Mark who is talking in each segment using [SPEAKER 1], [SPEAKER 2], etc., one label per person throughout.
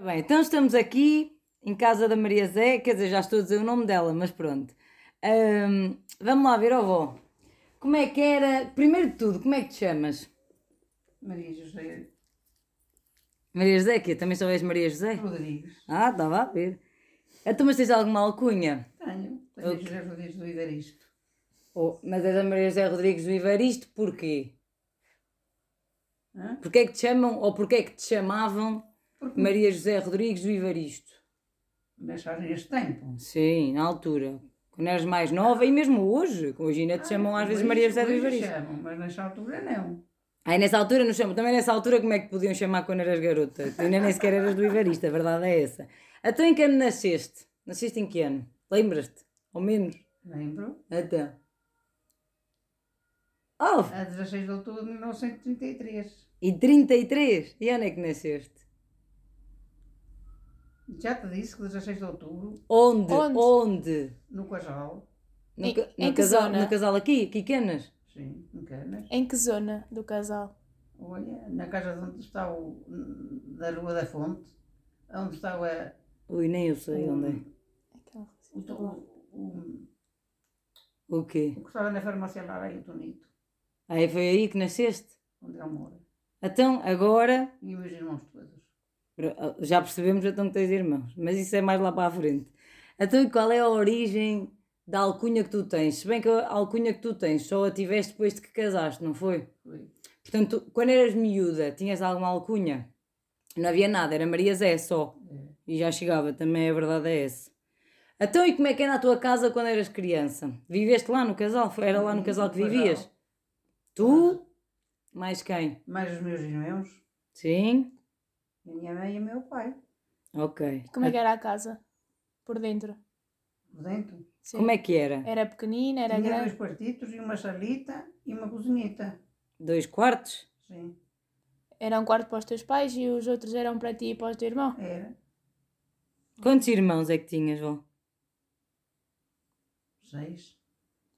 [SPEAKER 1] Bem, então estamos aqui em casa da Maria Zé, quer dizer, já estou a dizer o nome dela, mas pronto. Ahm, vamos lá ver, ó avó. Como é que era? Primeiro de tudo, como é que te chamas?
[SPEAKER 2] Maria José
[SPEAKER 1] Maria José, que também só és Maria José?
[SPEAKER 2] Rodrigues.
[SPEAKER 1] Ah, estava a ver. Então, mas tens alguma alcunha?
[SPEAKER 2] Tenho. Tenho
[SPEAKER 1] Ok.
[SPEAKER 2] José Rodrigues do Idaristo.
[SPEAKER 1] Oh, mas és a Maria José Rodrigues do Ivaristo, porquê?
[SPEAKER 2] Hã?
[SPEAKER 1] Porquê é que te chamam, ou porquê é que te chamavam
[SPEAKER 2] Porque me
[SPEAKER 1] Maria José Rodrigues do Ivaristo?
[SPEAKER 2] deixaram neste tempo.
[SPEAKER 1] Sim, na altura. Quando eras mais nova, e mesmo hoje, que hoje ainda
[SPEAKER 3] Ah,
[SPEAKER 1] te chamam
[SPEAKER 3] é
[SPEAKER 1] às vezes
[SPEAKER 2] Hoje-
[SPEAKER 1] Maria José do
[SPEAKER 2] hoje
[SPEAKER 1] Ivaristo.
[SPEAKER 2] chamam, mas nessa altura não.
[SPEAKER 1] Aí nessa altura não chamam. Também nessa altura, como é que podiam chamar quando eras garota? Tu ainda nem sequer eras do Ivarista, a verdade é essa. Então em que ano nasceste? Nasceste em que ano? Lembras-te? Ao menos?
[SPEAKER 2] Lembro.
[SPEAKER 1] Até. Oh!
[SPEAKER 2] A 16 de outubro de 1933.
[SPEAKER 1] E 33? E onde é que nasceste?
[SPEAKER 2] Já te disse que 16 de outubro,
[SPEAKER 1] Onde? Onde?
[SPEAKER 3] Onde?
[SPEAKER 2] no Casal,
[SPEAKER 1] No,
[SPEAKER 3] Em-
[SPEAKER 1] ca-
[SPEAKER 3] em
[SPEAKER 1] no
[SPEAKER 3] que
[SPEAKER 1] casal,
[SPEAKER 3] zona?
[SPEAKER 1] no casal aqui? Quiquenas?
[SPEAKER 2] sim, em Canas,
[SPEAKER 3] Em que zona do casal?
[SPEAKER 2] olha, na casa de onde está o. da Rua da Fonte, onde está a,
[SPEAKER 1] Ui, nem eu sei onde
[SPEAKER 3] Hum.
[SPEAKER 1] é.
[SPEAKER 3] Aquela assim. coisa.
[SPEAKER 2] o, o, o,
[SPEAKER 1] O quê?
[SPEAKER 2] o que estava na farmácia lá, aí o Tonito,
[SPEAKER 1] Aí foi aí que nasceste?
[SPEAKER 2] onde ele mora.
[SPEAKER 1] Então, agora
[SPEAKER 2] E meus irmãos todos.
[SPEAKER 1] Já percebemos então que tens irmãos, mas isso é mais lá para a frente. Então, e qual é a origem da alcunha que tu tens? Se bem que a alcunha que tu tens só a tiveste depois de que casaste, não foi?
[SPEAKER 2] Foi.
[SPEAKER 1] Portanto, tu- quando eras miúda, tinhas alguma alcunha? Não havia nada, era Maria Zé só.
[SPEAKER 2] É.
[SPEAKER 1] E já chegava, também a verdade é essa. Então, e como é que era a tua casa quando eras criança? Viveste lá no casal? Foi- Era lá no casal que
[SPEAKER 2] Foi lá.
[SPEAKER 1] vivias? Tu? Mais quem?
[SPEAKER 2] mais os meus irmãos,
[SPEAKER 1] Sim?
[SPEAKER 2] a minha mãe e o meu pai.
[SPEAKER 1] Ok.
[SPEAKER 3] Como é que era a casa? Por dentro?
[SPEAKER 2] Por dentro.
[SPEAKER 3] Sim.
[SPEAKER 1] Como é que era?
[SPEAKER 3] Era pequenina, era
[SPEAKER 2] Tinha
[SPEAKER 3] grande?
[SPEAKER 2] dois quartitos e uma salita e uma cozinheta.
[SPEAKER 1] Dois quartos?
[SPEAKER 2] Sim,
[SPEAKER 3] Era um quarto para os teus pais e os outros eram para ti e para o teu irmão?
[SPEAKER 2] era.
[SPEAKER 1] Quantos irmãos é que tinhas, vó?
[SPEAKER 2] Seis.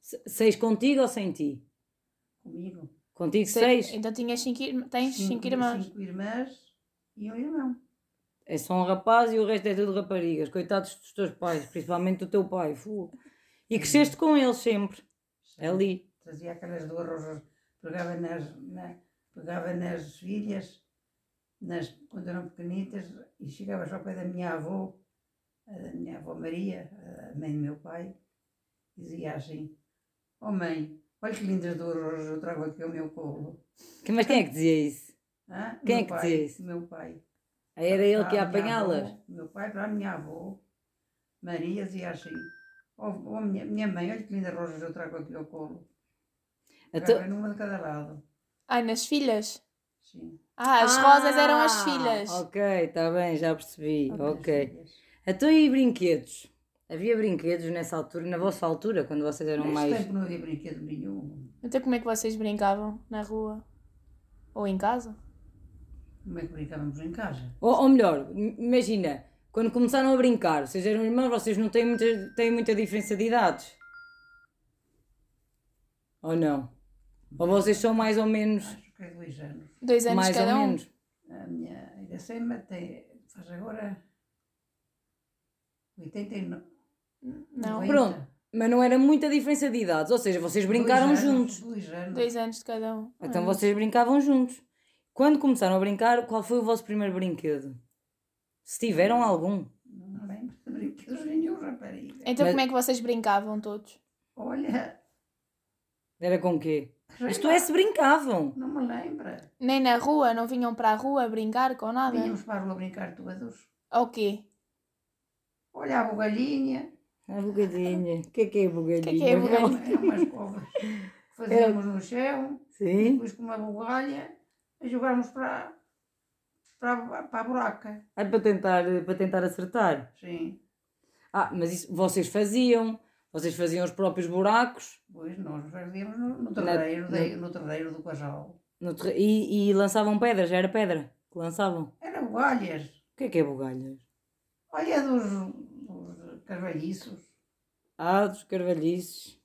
[SPEAKER 1] Se- Seis contigo ou sem ti?
[SPEAKER 2] Comigo.
[SPEAKER 1] Contigo
[SPEAKER 3] Sei-
[SPEAKER 1] seis?
[SPEAKER 3] Então tinhas cinco, irm- tens cinco, irmãos.
[SPEAKER 2] Cinco irmãs e um irmão.
[SPEAKER 1] É só um rapaz e o resto é tudo raparigas. Coitados dos teus pais, principalmente do teu pai. fu. E cresceste com eles sempre, ali.
[SPEAKER 2] Trazia aquelas duas rosas. Pegava nas, na- pegava nas filhas, nas, quando eram pequenitas, e chegava ao pé da minha avó, a da minha avó Maria, a mãe do meu pai, dizia assim, Oh mãe, olha que lindas duas rosas eu trago aqui ao meu colo.
[SPEAKER 1] Que- Mas quem é que dizia isso?
[SPEAKER 2] Hã?
[SPEAKER 1] Quem é
[SPEAKER 2] Meu
[SPEAKER 1] que
[SPEAKER 2] pai,
[SPEAKER 1] dizia isso?
[SPEAKER 2] Meu pai.
[SPEAKER 1] Aí Era ele que ia
[SPEAKER 2] Para a Ah, minha
[SPEAKER 1] apanhá-las?
[SPEAKER 2] avó, Meu pai para a minha avó, Maria, dizia assim: Oh, oh, minha, minha mãe, olha que linda rosas eu trago aqui ao colo.
[SPEAKER 1] Então-
[SPEAKER 2] Agora numa de cada lado.
[SPEAKER 3] Ai, nas filhas?
[SPEAKER 2] Sim.
[SPEAKER 3] Ah, as rosas eram as filhas.
[SPEAKER 1] Ok, está bem, já percebi.
[SPEAKER 2] Outras
[SPEAKER 1] Ok.
[SPEAKER 2] filhas.
[SPEAKER 1] Então e brinquedos? Havia brinquedos nessa altura, na vossa altura, quando vocês eram
[SPEAKER 2] Neste
[SPEAKER 1] mais.
[SPEAKER 2] tempo não havia brinquedo nenhum.
[SPEAKER 3] Então como é que vocês brincavam? Na rua? Ou em casa?
[SPEAKER 2] Como é que brincávamos em casa?
[SPEAKER 1] Ou, ou melhor, im- imagina, quando começaram a brincar, vocês eram irmãos, vocês não têm muita, têm muita diferença de idades? Ou não? Ou vocês são mais ou menos.
[SPEAKER 2] Acho que é dois anos.
[SPEAKER 3] Dois anos
[SPEAKER 1] mais
[SPEAKER 3] cada
[SPEAKER 1] ou
[SPEAKER 3] um?
[SPEAKER 1] menos.
[SPEAKER 2] A minha Iracema tem, faz agora 89.
[SPEAKER 3] Não.
[SPEAKER 2] 90.
[SPEAKER 1] Pronto, Mas não era muita diferença de idades, ou seja, vocês brincaram
[SPEAKER 2] Dois anos,
[SPEAKER 1] juntos.
[SPEAKER 2] Dois anos.
[SPEAKER 3] Dois anos de cada um.
[SPEAKER 1] Então
[SPEAKER 3] Ah.
[SPEAKER 1] vocês brincavam juntos. Quando começaram a brincar, qual foi o vosso primeiro brinquedo? Se tiveram algum.
[SPEAKER 2] Não lembro de brinquedos nenhum, rapariga.
[SPEAKER 3] Então
[SPEAKER 1] Mas-
[SPEAKER 3] como é que vocês brincavam todos?
[SPEAKER 2] Olha.
[SPEAKER 1] Era com o quê?
[SPEAKER 2] sei
[SPEAKER 1] Isto
[SPEAKER 2] lá.
[SPEAKER 1] é, se brincavam.
[SPEAKER 2] Não me lembra.
[SPEAKER 3] Nem na rua? Não vinham para a rua brincar com nada?
[SPEAKER 2] Vínhamos para a rua brincar todos.
[SPEAKER 3] Ou quê?
[SPEAKER 2] Olhava a galinha,
[SPEAKER 1] A bugadinha. O que é que é a bugadinha?
[SPEAKER 3] que é a bugadinha?
[SPEAKER 2] eram umas covas que fazíamos no chão,
[SPEAKER 1] Sim.
[SPEAKER 2] depois com uma bugalha, e jogámos para, para, a- para a buraca.
[SPEAKER 1] Ah, para tentar, para tentar acertar.
[SPEAKER 2] Sim,
[SPEAKER 1] Ah, mas isso vocês faziam. Vocês faziam os próprios buracos
[SPEAKER 2] pois nós fazíamos no, no terreiro, de- no terreiro do casal.
[SPEAKER 1] no terre- e, e lançavam pedras. Era pedra que lançavam.
[SPEAKER 2] Era bugalhas.
[SPEAKER 1] O que é que é bugalhas?
[SPEAKER 2] Olha é dos, dos carvalhiços.
[SPEAKER 1] Ah, dos carvalhices.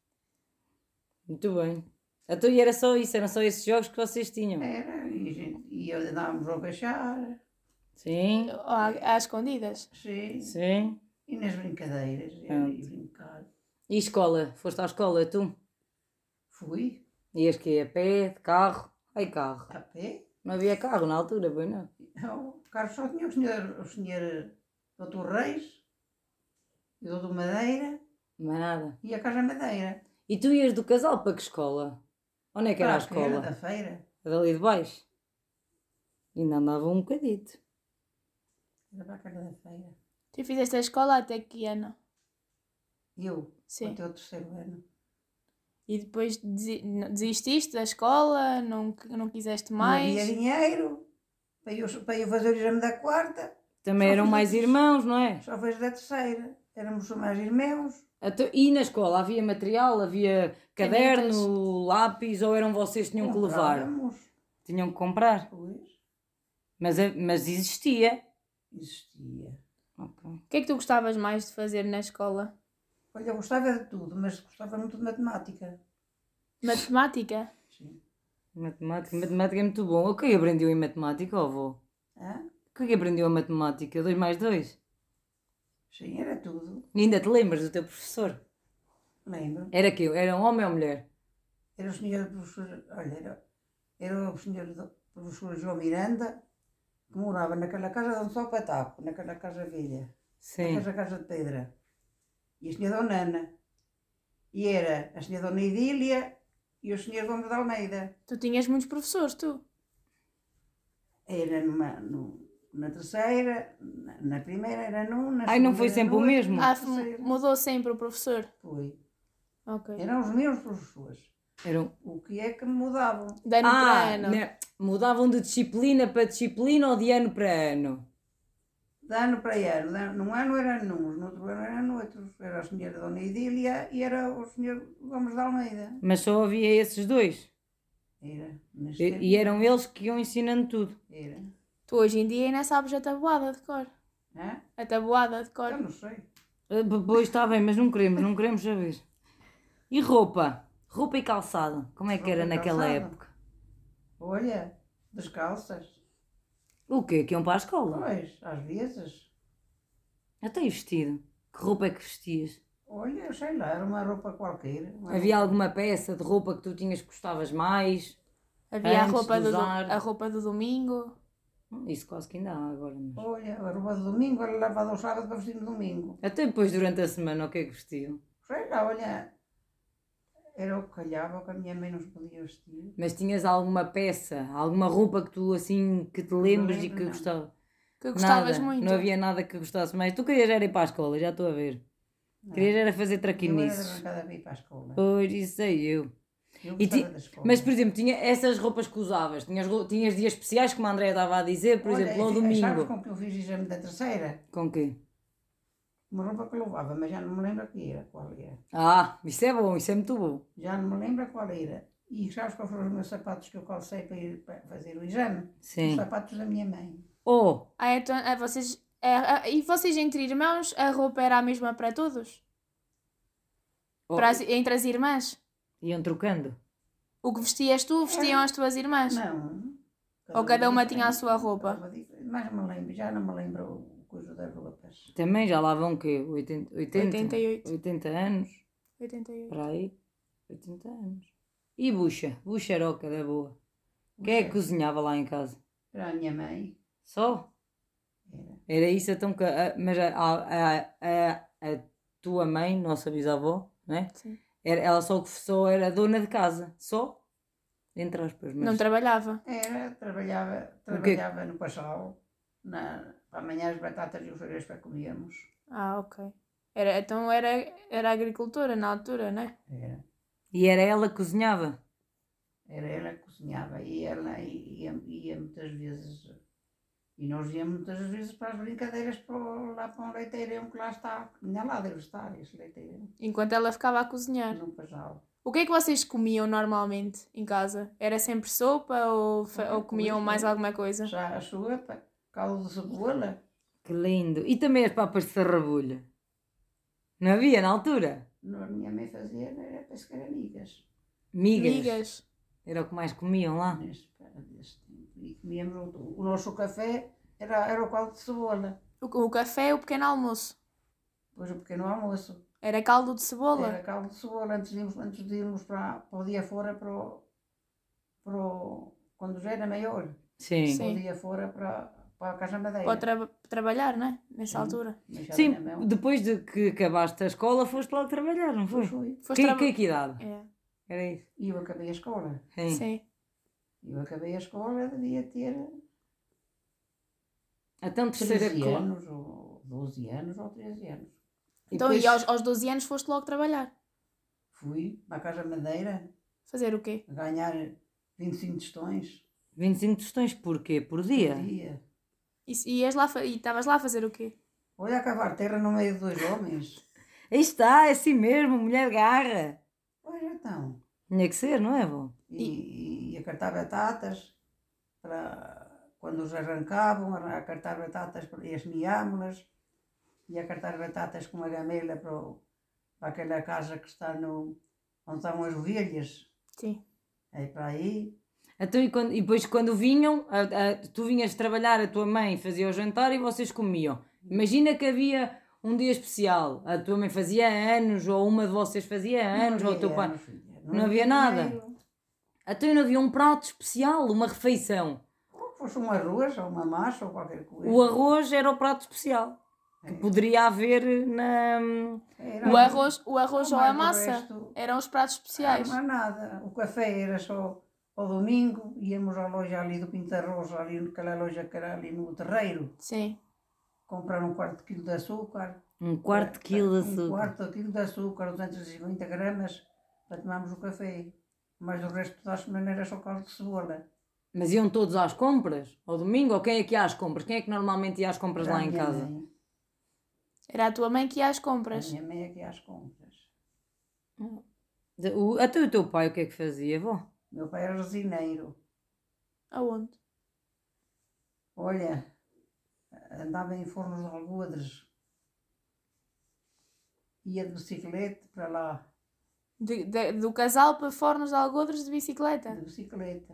[SPEAKER 1] Muito bem. Então, e era só isso, eram só esses jogos que vocês tinham.
[SPEAKER 2] Era, e, a gente- e andávamos ao cachar.
[SPEAKER 1] Sim,
[SPEAKER 3] À- às escondidas.
[SPEAKER 2] Sim.
[SPEAKER 1] sim.
[SPEAKER 2] E nas brincadeiras, e
[SPEAKER 1] Pronto.
[SPEAKER 2] brincar.
[SPEAKER 1] E escola? Foste à escola, tu?
[SPEAKER 2] Fui
[SPEAKER 1] Ias que ia a pé, de carro? Ai, carro.
[SPEAKER 2] a pé.
[SPEAKER 1] Não havia carro na altura, pois não?
[SPEAKER 2] O Carlos só tinha o senhor, o senhor Doutor Reis, e o Doutor Madeira,
[SPEAKER 1] Mas nada.
[SPEAKER 2] e a Casa Madeira.
[SPEAKER 1] E tu ias do casal para que escola? Onde é que era a
[SPEAKER 2] Para feira,
[SPEAKER 1] escola?
[SPEAKER 2] Da feira.
[SPEAKER 1] Dali de baixo? Ainda andava um bocadito.
[SPEAKER 2] Era para a casa da feira.
[SPEAKER 3] Tu fizeste a escola até que ano?
[SPEAKER 2] E eu,
[SPEAKER 3] Sim.
[SPEAKER 2] até o terceiro ano.
[SPEAKER 3] E depois desi- n- desististe da escola? Não, qui- não quiseste mais?
[SPEAKER 2] Não havia dinheiro para eu, para eu fazer o exame da quarta,
[SPEAKER 1] Também
[SPEAKER 2] Só
[SPEAKER 1] eram
[SPEAKER 2] fiz
[SPEAKER 1] mais
[SPEAKER 2] outros.
[SPEAKER 1] irmãos, não é?
[SPEAKER 2] só fez da terceira. Éramos só mais irmãos.
[SPEAKER 1] Até- E na escola havia material, havia caderno, lápis, ou eram vocês que tinham que levar?
[SPEAKER 2] Comprávamos,
[SPEAKER 1] Tinham que comprar.
[SPEAKER 2] Pois,
[SPEAKER 1] Mas, é- mas existia.
[SPEAKER 2] existia.
[SPEAKER 1] Ok.
[SPEAKER 3] O que é que tu gostavas mais de fazer na escola?
[SPEAKER 2] Olha, eu gostava de tudo, mas gostava muito de matemática.
[SPEAKER 3] Matemática?
[SPEAKER 2] Sim.
[SPEAKER 1] Matemática, matemática é muito bom. O que é que aprendeu em matemática, ó avô?
[SPEAKER 2] Hã?
[SPEAKER 1] O que é que aprendeu a matemática? 2 mais 2?
[SPEAKER 2] Sim, era tudo.
[SPEAKER 1] Ainda te lembras do teu professor?
[SPEAKER 2] Lembro.
[SPEAKER 1] Era que Era um homem ou mulher?
[SPEAKER 2] Era o senhor professor, olha, era, era o senhor do- professor João Miranda, que morava naquela casa de um só pataco, naquela casa velha.
[SPEAKER 1] Sim.
[SPEAKER 2] Casa, casa de pedra. E a senhora Dona Ana. E era a senhora Dona Idília e o senhor Gomes de Almeida.
[SPEAKER 3] Tu tinhas muitos professores, tu?
[SPEAKER 2] Era numa, no- na terceira, na, na primeira era num, na
[SPEAKER 1] Ai, não
[SPEAKER 2] segunda
[SPEAKER 1] foi
[SPEAKER 2] era
[SPEAKER 1] sempre o
[SPEAKER 2] num,
[SPEAKER 1] mesmo?
[SPEAKER 2] na
[SPEAKER 3] Ah, f-
[SPEAKER 2] terceira
[SPEAKER 3] mudou sempre o professor?
[SPEAKER 2] Foi.
[SPEAKER 3] Ok.
[SPEAKER 2] Eram os mesmos professores.
[SPEAKER 1] Era um...
[SPEAKER 2] O que é que mudavam?
[SPEAKER 3] De ano para
[SPEAKER 1] Ah,
[SPEAKER 3] ano.
[SPEAKER 1] né, mudavam de disciplina para disciplina ou de ano para ano?
[SPEAKER 2] De ano para ano. de ano- Num ano eram nuns, no outro ano eram outros. Era a senhora Dona Idília e era o senhor Gomes de Almeida.
[SPEAKER 1] Mas só havia esses dois.
[SPEAKER 2] Era. mas
[SPEAKER 1] E, e eram eles que iam ensinando tudo.
[SPEAKER 2] Era.
[SPEAKER 3] Tu hoje em dia ainda sabes a tabuada de cor.
[SPEAKER 2] Hã?
[SPEAKER 3] A tabuada de
[SPEAKER 2] Eu
[SPEAKER 3] cor.
[SPEAKER 2] não sei.
[SPEAKER 1] Ah, p- Pois está bem, mas não queremos, não queremos saber. E roupa? Roupa e calçado. Como é que era
[SPEAKER 2] Roupa e
[SPEAKER 1] naquela
[SPEAKER 2] calçado.
[SPEAKER 1] época?
[SPEAKER 2] Olha, descalças.
[SPEAKER 1] O quê? Que iam para a escola?
[SPEAKER 2] Pois, às vezes.
[SPEAKER 1] Até e vestido. Que roupa é que vestias?
[SPEAKER 2] Olha, sei lá, era uma roupa qualquer. uma
[SPEAKER 1] Havia alguma peça de roupa que tu tinhas que gostavas mais?
[SPEAKER 3] Havia a
[SPEAKER 1] Antes
[SPEAKER 3] roupa,
[SPEAKER 1] de
[SPEAKER 3] do, do-
[SPEAKER 1] usar.
[SPEAKER 3] a roupa do domingo.
[SPEAKER 1] Hum, Isso quase que ainda há agora. mas-
[SPEAKER 2] roupa- Olha, a roupa de domingo era lavada ao sábado para vestir no domingo.
[SPEAKER 1] Até depois, durante a semana, o que é que vestiam?
[SPEAKER 2] Sei lá, olha. Era o que calhava, o que a minha mãe nos podia vestir.
[SPEAKER 1] Mas tinhas alguma peça, alguma roupa que tu assim que te lembres e
[SPEAKER 2] lembro,
[SPEAKER 1] que
[SPEAKER 2] não.
[SPEAKER 1] gostava?
[SPEAKER 3] Que gostavas
[SPEAKER 1] nada,
[SPEAKER 3] muito.
[SPEAKER 1] Não havia nada que gostasse mais. Tu querias era ir para a escola, já estou a ver. Querias era fazer
[SPEAKER 2] Eu era
[SPEAKER 1] traquinices.
[SPEAKER 2] arrancada para ir para a escola.
[SPEAKER 1] Pois, isso sei eu.
[SPEAKER 2] Eu
[SPEAKER 1] E ti-
[SPEAKER 2] gostava da escola.
[SPEAKER 1] Mas, por exemplo, tinha essas roupas que usavas. Tinhas, rou- tinhas dias especiais, como a Andréia estava a dizer, por
[SPEAKER 2] Olha, é assim,
[SPEAKER 1] exemplo, ao
[SPEAKER 2] e- e Sabes
[SPEAKER 1] domingo.
[SPEAKER 2] com que eu fiz exame da terceira?
[SPEAKER 1] Com quê?
[SPEAKER 2] Uma roupa que eu levava, mas já não me lembro que era, qual era.
[SPEAKER 1] Ah, isso é bom, isso é muito bom.
[SPEAKER 2] Já não me lembro qual era. E sabes quais foram os meus sapatos que eu calcei para ir para fazer o exame? Os
[SPEAKER 1] Sim.
[SPEAKER 2] sapatos da minha mãe.
[SPEAKER 1] Oh,
[SPEAKER 3] Ah, então, ah, vocês, ah, ah, e vocês entre irmãos, a roupa era a mesma para todos?
[SPEAKER 1] oh.
[SPEAKER 3] Para as- entre as irmãs?
[SPEAKER 1] iam trocando.
[SPEAKER 3] O que vestias tu, vestiam as tuas irmãs?
[SPEAKER 2] Não. um
[SPEAKER 3] Ou cada uma
[SPEAKER 2] diferente.
[SPEAKER 3] tinha a sua roupa?
[SPEAKER 2] Cada uma diferente. Mas não me lembro, já não me lembro o coisa das roupas.
[SPEAKER 1] Também já lá vão o quê? 80, 80,
[SPEAKER 3] 88.
[SPEAKER 1] 80 anos.
[SPEAKER 3] 88.
[SPEAKER 1] Para aí, 80 anos. E bucha? Bucharoca da boa. Quem é que cozinhava lá em casa?
[SPEAKER 2] Era a minha mãe.
[SPEAKER 1] Só?
[SPEAKER 2] Era.
[SPEAKER 1] Era isso então que... a- Mas a, a, a, a, a tua mãe, nossa bisavó, né?
[SPEAKER 3] Sim.
[SPEAKER 1] Era, ela só, só era dona de casa. Só? Entre aspas. Mas...
[SPEAKER 3] Não trabalhava.
[SPEAKER 2] Era, trabalhava,
[SPEAKER 1] O quê?
[SPEAKER 2] trabalhava no Paçal. Na, para amanhã as batatas e os feijões para comermos.
[SPEAKER 3] Ah, ok. Era, então era, era agricultora na altura, não é?
[SPEAKER 2] Era.
[SPEAKER 1] E era ela que cozinhava?
[SPEAKER 2] Era ela que cozinhava e ela ia, ia muitas vezes. E nós íamos muitas vezes para as brincadeiras para o- lá para um leiteirão que lá está. que Ainda lá deve estar esse leiteirão.
[SPEAKER 3] Enquanto ela ficava a cozinhar.
[SPEAKER 2] No Pajal.
[SPEAKER 3] O que é que vocês comiam normalmente em casa? Era sempre sopa ou, fe-
[SPEAKER 2] Qualquer
[SPEAKER 3] ou comiam
[SPEAKER 2] coisa.
[SPEAKER 3] mais alguma coisa?
[SPEAKER 2] Já a sopa, caldo de cebola.
[SPEAKER 1] Que lindo. E também as papas de sarrabulho. Não havia na altura?
[SPEAKER 2] Não, a minha mãe fazia era pescar amigas.
[SPEAKER 1] Migas.
[SPEAKER 3] Migas.
[SPEAKER 1] Era o que mais comiam lá.
[SPEAKER 2] Nesse, desse tempo. E comíamos o, o nosso café Era, era o caldo de cebola.
[SPEAKER 3] O, o café é o pequeno almoço.
[SPEAKER 2] Depois o pequeno almoço.
[SPEAKER 3] Era caldo de cebola.
[SPEAKER 2] Era caldo de cebola antes de irmos, antes de irmos para, para o dia fora, para o, para o- quando já era maior.
[SPEAKER 1] Sim.
[SPEAKER 3] Sim.
[SPEAKER 1] Sim.
[SPEAKER 2] Para o dia fora, para, para a Casa Madeira.
[SPEAKER 3] Para tra trabalhar, né? Nessa
[SPEAKER 2] Sim.
[SPEAKER 3] altura.
[SPEAKER 2] Mas já era meu.
[SPEAKER 1] depois de que acabaste a escola, foste lá trabalhar, não foi?
[SPEAKER 2] Foi.
[SPEAKER 3] Foste
[SPEAKER 1] Que,
[SPEAKER 3] traba-
[SPEAKER 1] que, que idade?
[SPEAKER 3] É,
[SPEAKER 1] Era isso.
[SPEAKER 2] E eu acabei a escola.
[SPEAKER 1] Sim.
[SPEAKER 3] Sim.
[SPEAKER 2] Eu acabei a escola, devia ter
[SPEAKER 1] Então, terceira
[SPEAKER 2] 13
[SPEAKER 1] classe.
[SPEAKER 2] anos, ou 12 anos, ou 13 anos.
[SPEAKER 3] Então, e aos, aos 12 anos foste logo trabalhar.
[SPEAKER 2] Fui para a Casa Madeira
[SPEAKER 3] Fazer o quê?
[SPEAKER 2] ganhar 25 tostões
[SPEAKER 1] 25 tostões porquê? Por dia?
[SPEAKER 2] por dia.
[SPEAKER 3] E se- E ias lá fa- e estavas lá a fazer o quê?
[SPEAKER 2] Olha, acabar terra no meio de dois homens.
[SPEAKER 1] Aí está, é assim mesmo, mulher garra.
[SPEAKER 2] Pois então.
[SPEAKER 1] Tinha que ser, não é, vó?
[SPEAKER 2] E, e acartar batatas para quando os arrancavam, acartar batatas para- e as miámolas, e acartar batatas com uma gamela para, o- para aquela casa que está no. onde estão as ovelhas.
[SPEAKER 3] Sim.
[SPEAKER 2] É para aí.
[SPEAKER 1] Então, e, quando- e depois quando vinham, a- a- tu vinhas trabalhar, a tua mãe fazia o jantar e vocês comiam. Imagina que havia um dia especial. A tua mãe fazia anos, ou uma de vocês fazia anos,
[SPEAKER 2] Não
[SPEAKER 1] ou o teu
[SPEAKER 2] havia
[SPEAKER 1] pai.
[SPEAKER 2] anos, filha.
[SPEAKER 1] não havia nada.
[SPEAKER 2] dinheiro.
[SPEAKER 1] Então não havia um prato especial, uma refeição.
[SPEAKER 2] Ou fosse um arroz, ou uma massa, ou qualquer coisa.
[SPEAKER 1] O arroz era o prato especial. Que poderia haver na.
[SPEAKER 2] Era
[SPEAKER 3] O
[SPEAKER 2] ali.
[SPEAKER 3] arroz, o arroz
[SPEAKER 2] Não,
[SPEAKER 3] ou a
[SPEAKER 2] mas o
[SPEAKER 3] massa
[SPEAKER 2] resto- Ah,
[SPEAKER 3] eram os pratos especiais.
[SPEAKER 2] Não há nada. O café era só ao domingo, íamos à loja ali do Pinta Rosa, ali naquela loja que era ali no terreiro,
[SPEAKER 3] Sim.
[SPEAKER 2] comprar um quarto de quilo de açúcar.
[SPEAKER 1] Um quarto de quilo de
[SPEAKER 2] Um
[SPEAKER 1] açúcar.
[SPEAKER 2] quarto de quilo de açúcar, 250 gramas, para tomarmos o café. Mas o resto da semana era só caldo de cebola.
[SPEAKER 1] Mas iam todos às compras? Ao domingo? Ou quem é que ia às compras? Quem é que normalmente ia às compras
[SPEAKER 2] Era a
[SPEAKER 1] lá em
[SPEAKER 2] minha
[SPEAKER 1] casa?
[SPEAKER 2] Mãe,
[SPEAKER 3] Era a tua mãe que ia às
[SPEAKER 2] a
[SPEAKER 3] compras.
[SPEAKER 2] minha mãe aqui às compras.
[SPEAKER 1] De- O, até o teu pai o que é que fazia, vó?
[SPEAKER 2] Meu pai era resineiro.
[SPEAKER 3] Aonde?
[SPEAKER 2] Olha, andava em fornos de algodres. Ia de bicicleta para lá.
[SPEAKER 3] De- de- do casal para Fornos de Algodres de bicicleta.
[SPEAKER 2] De bicicleta.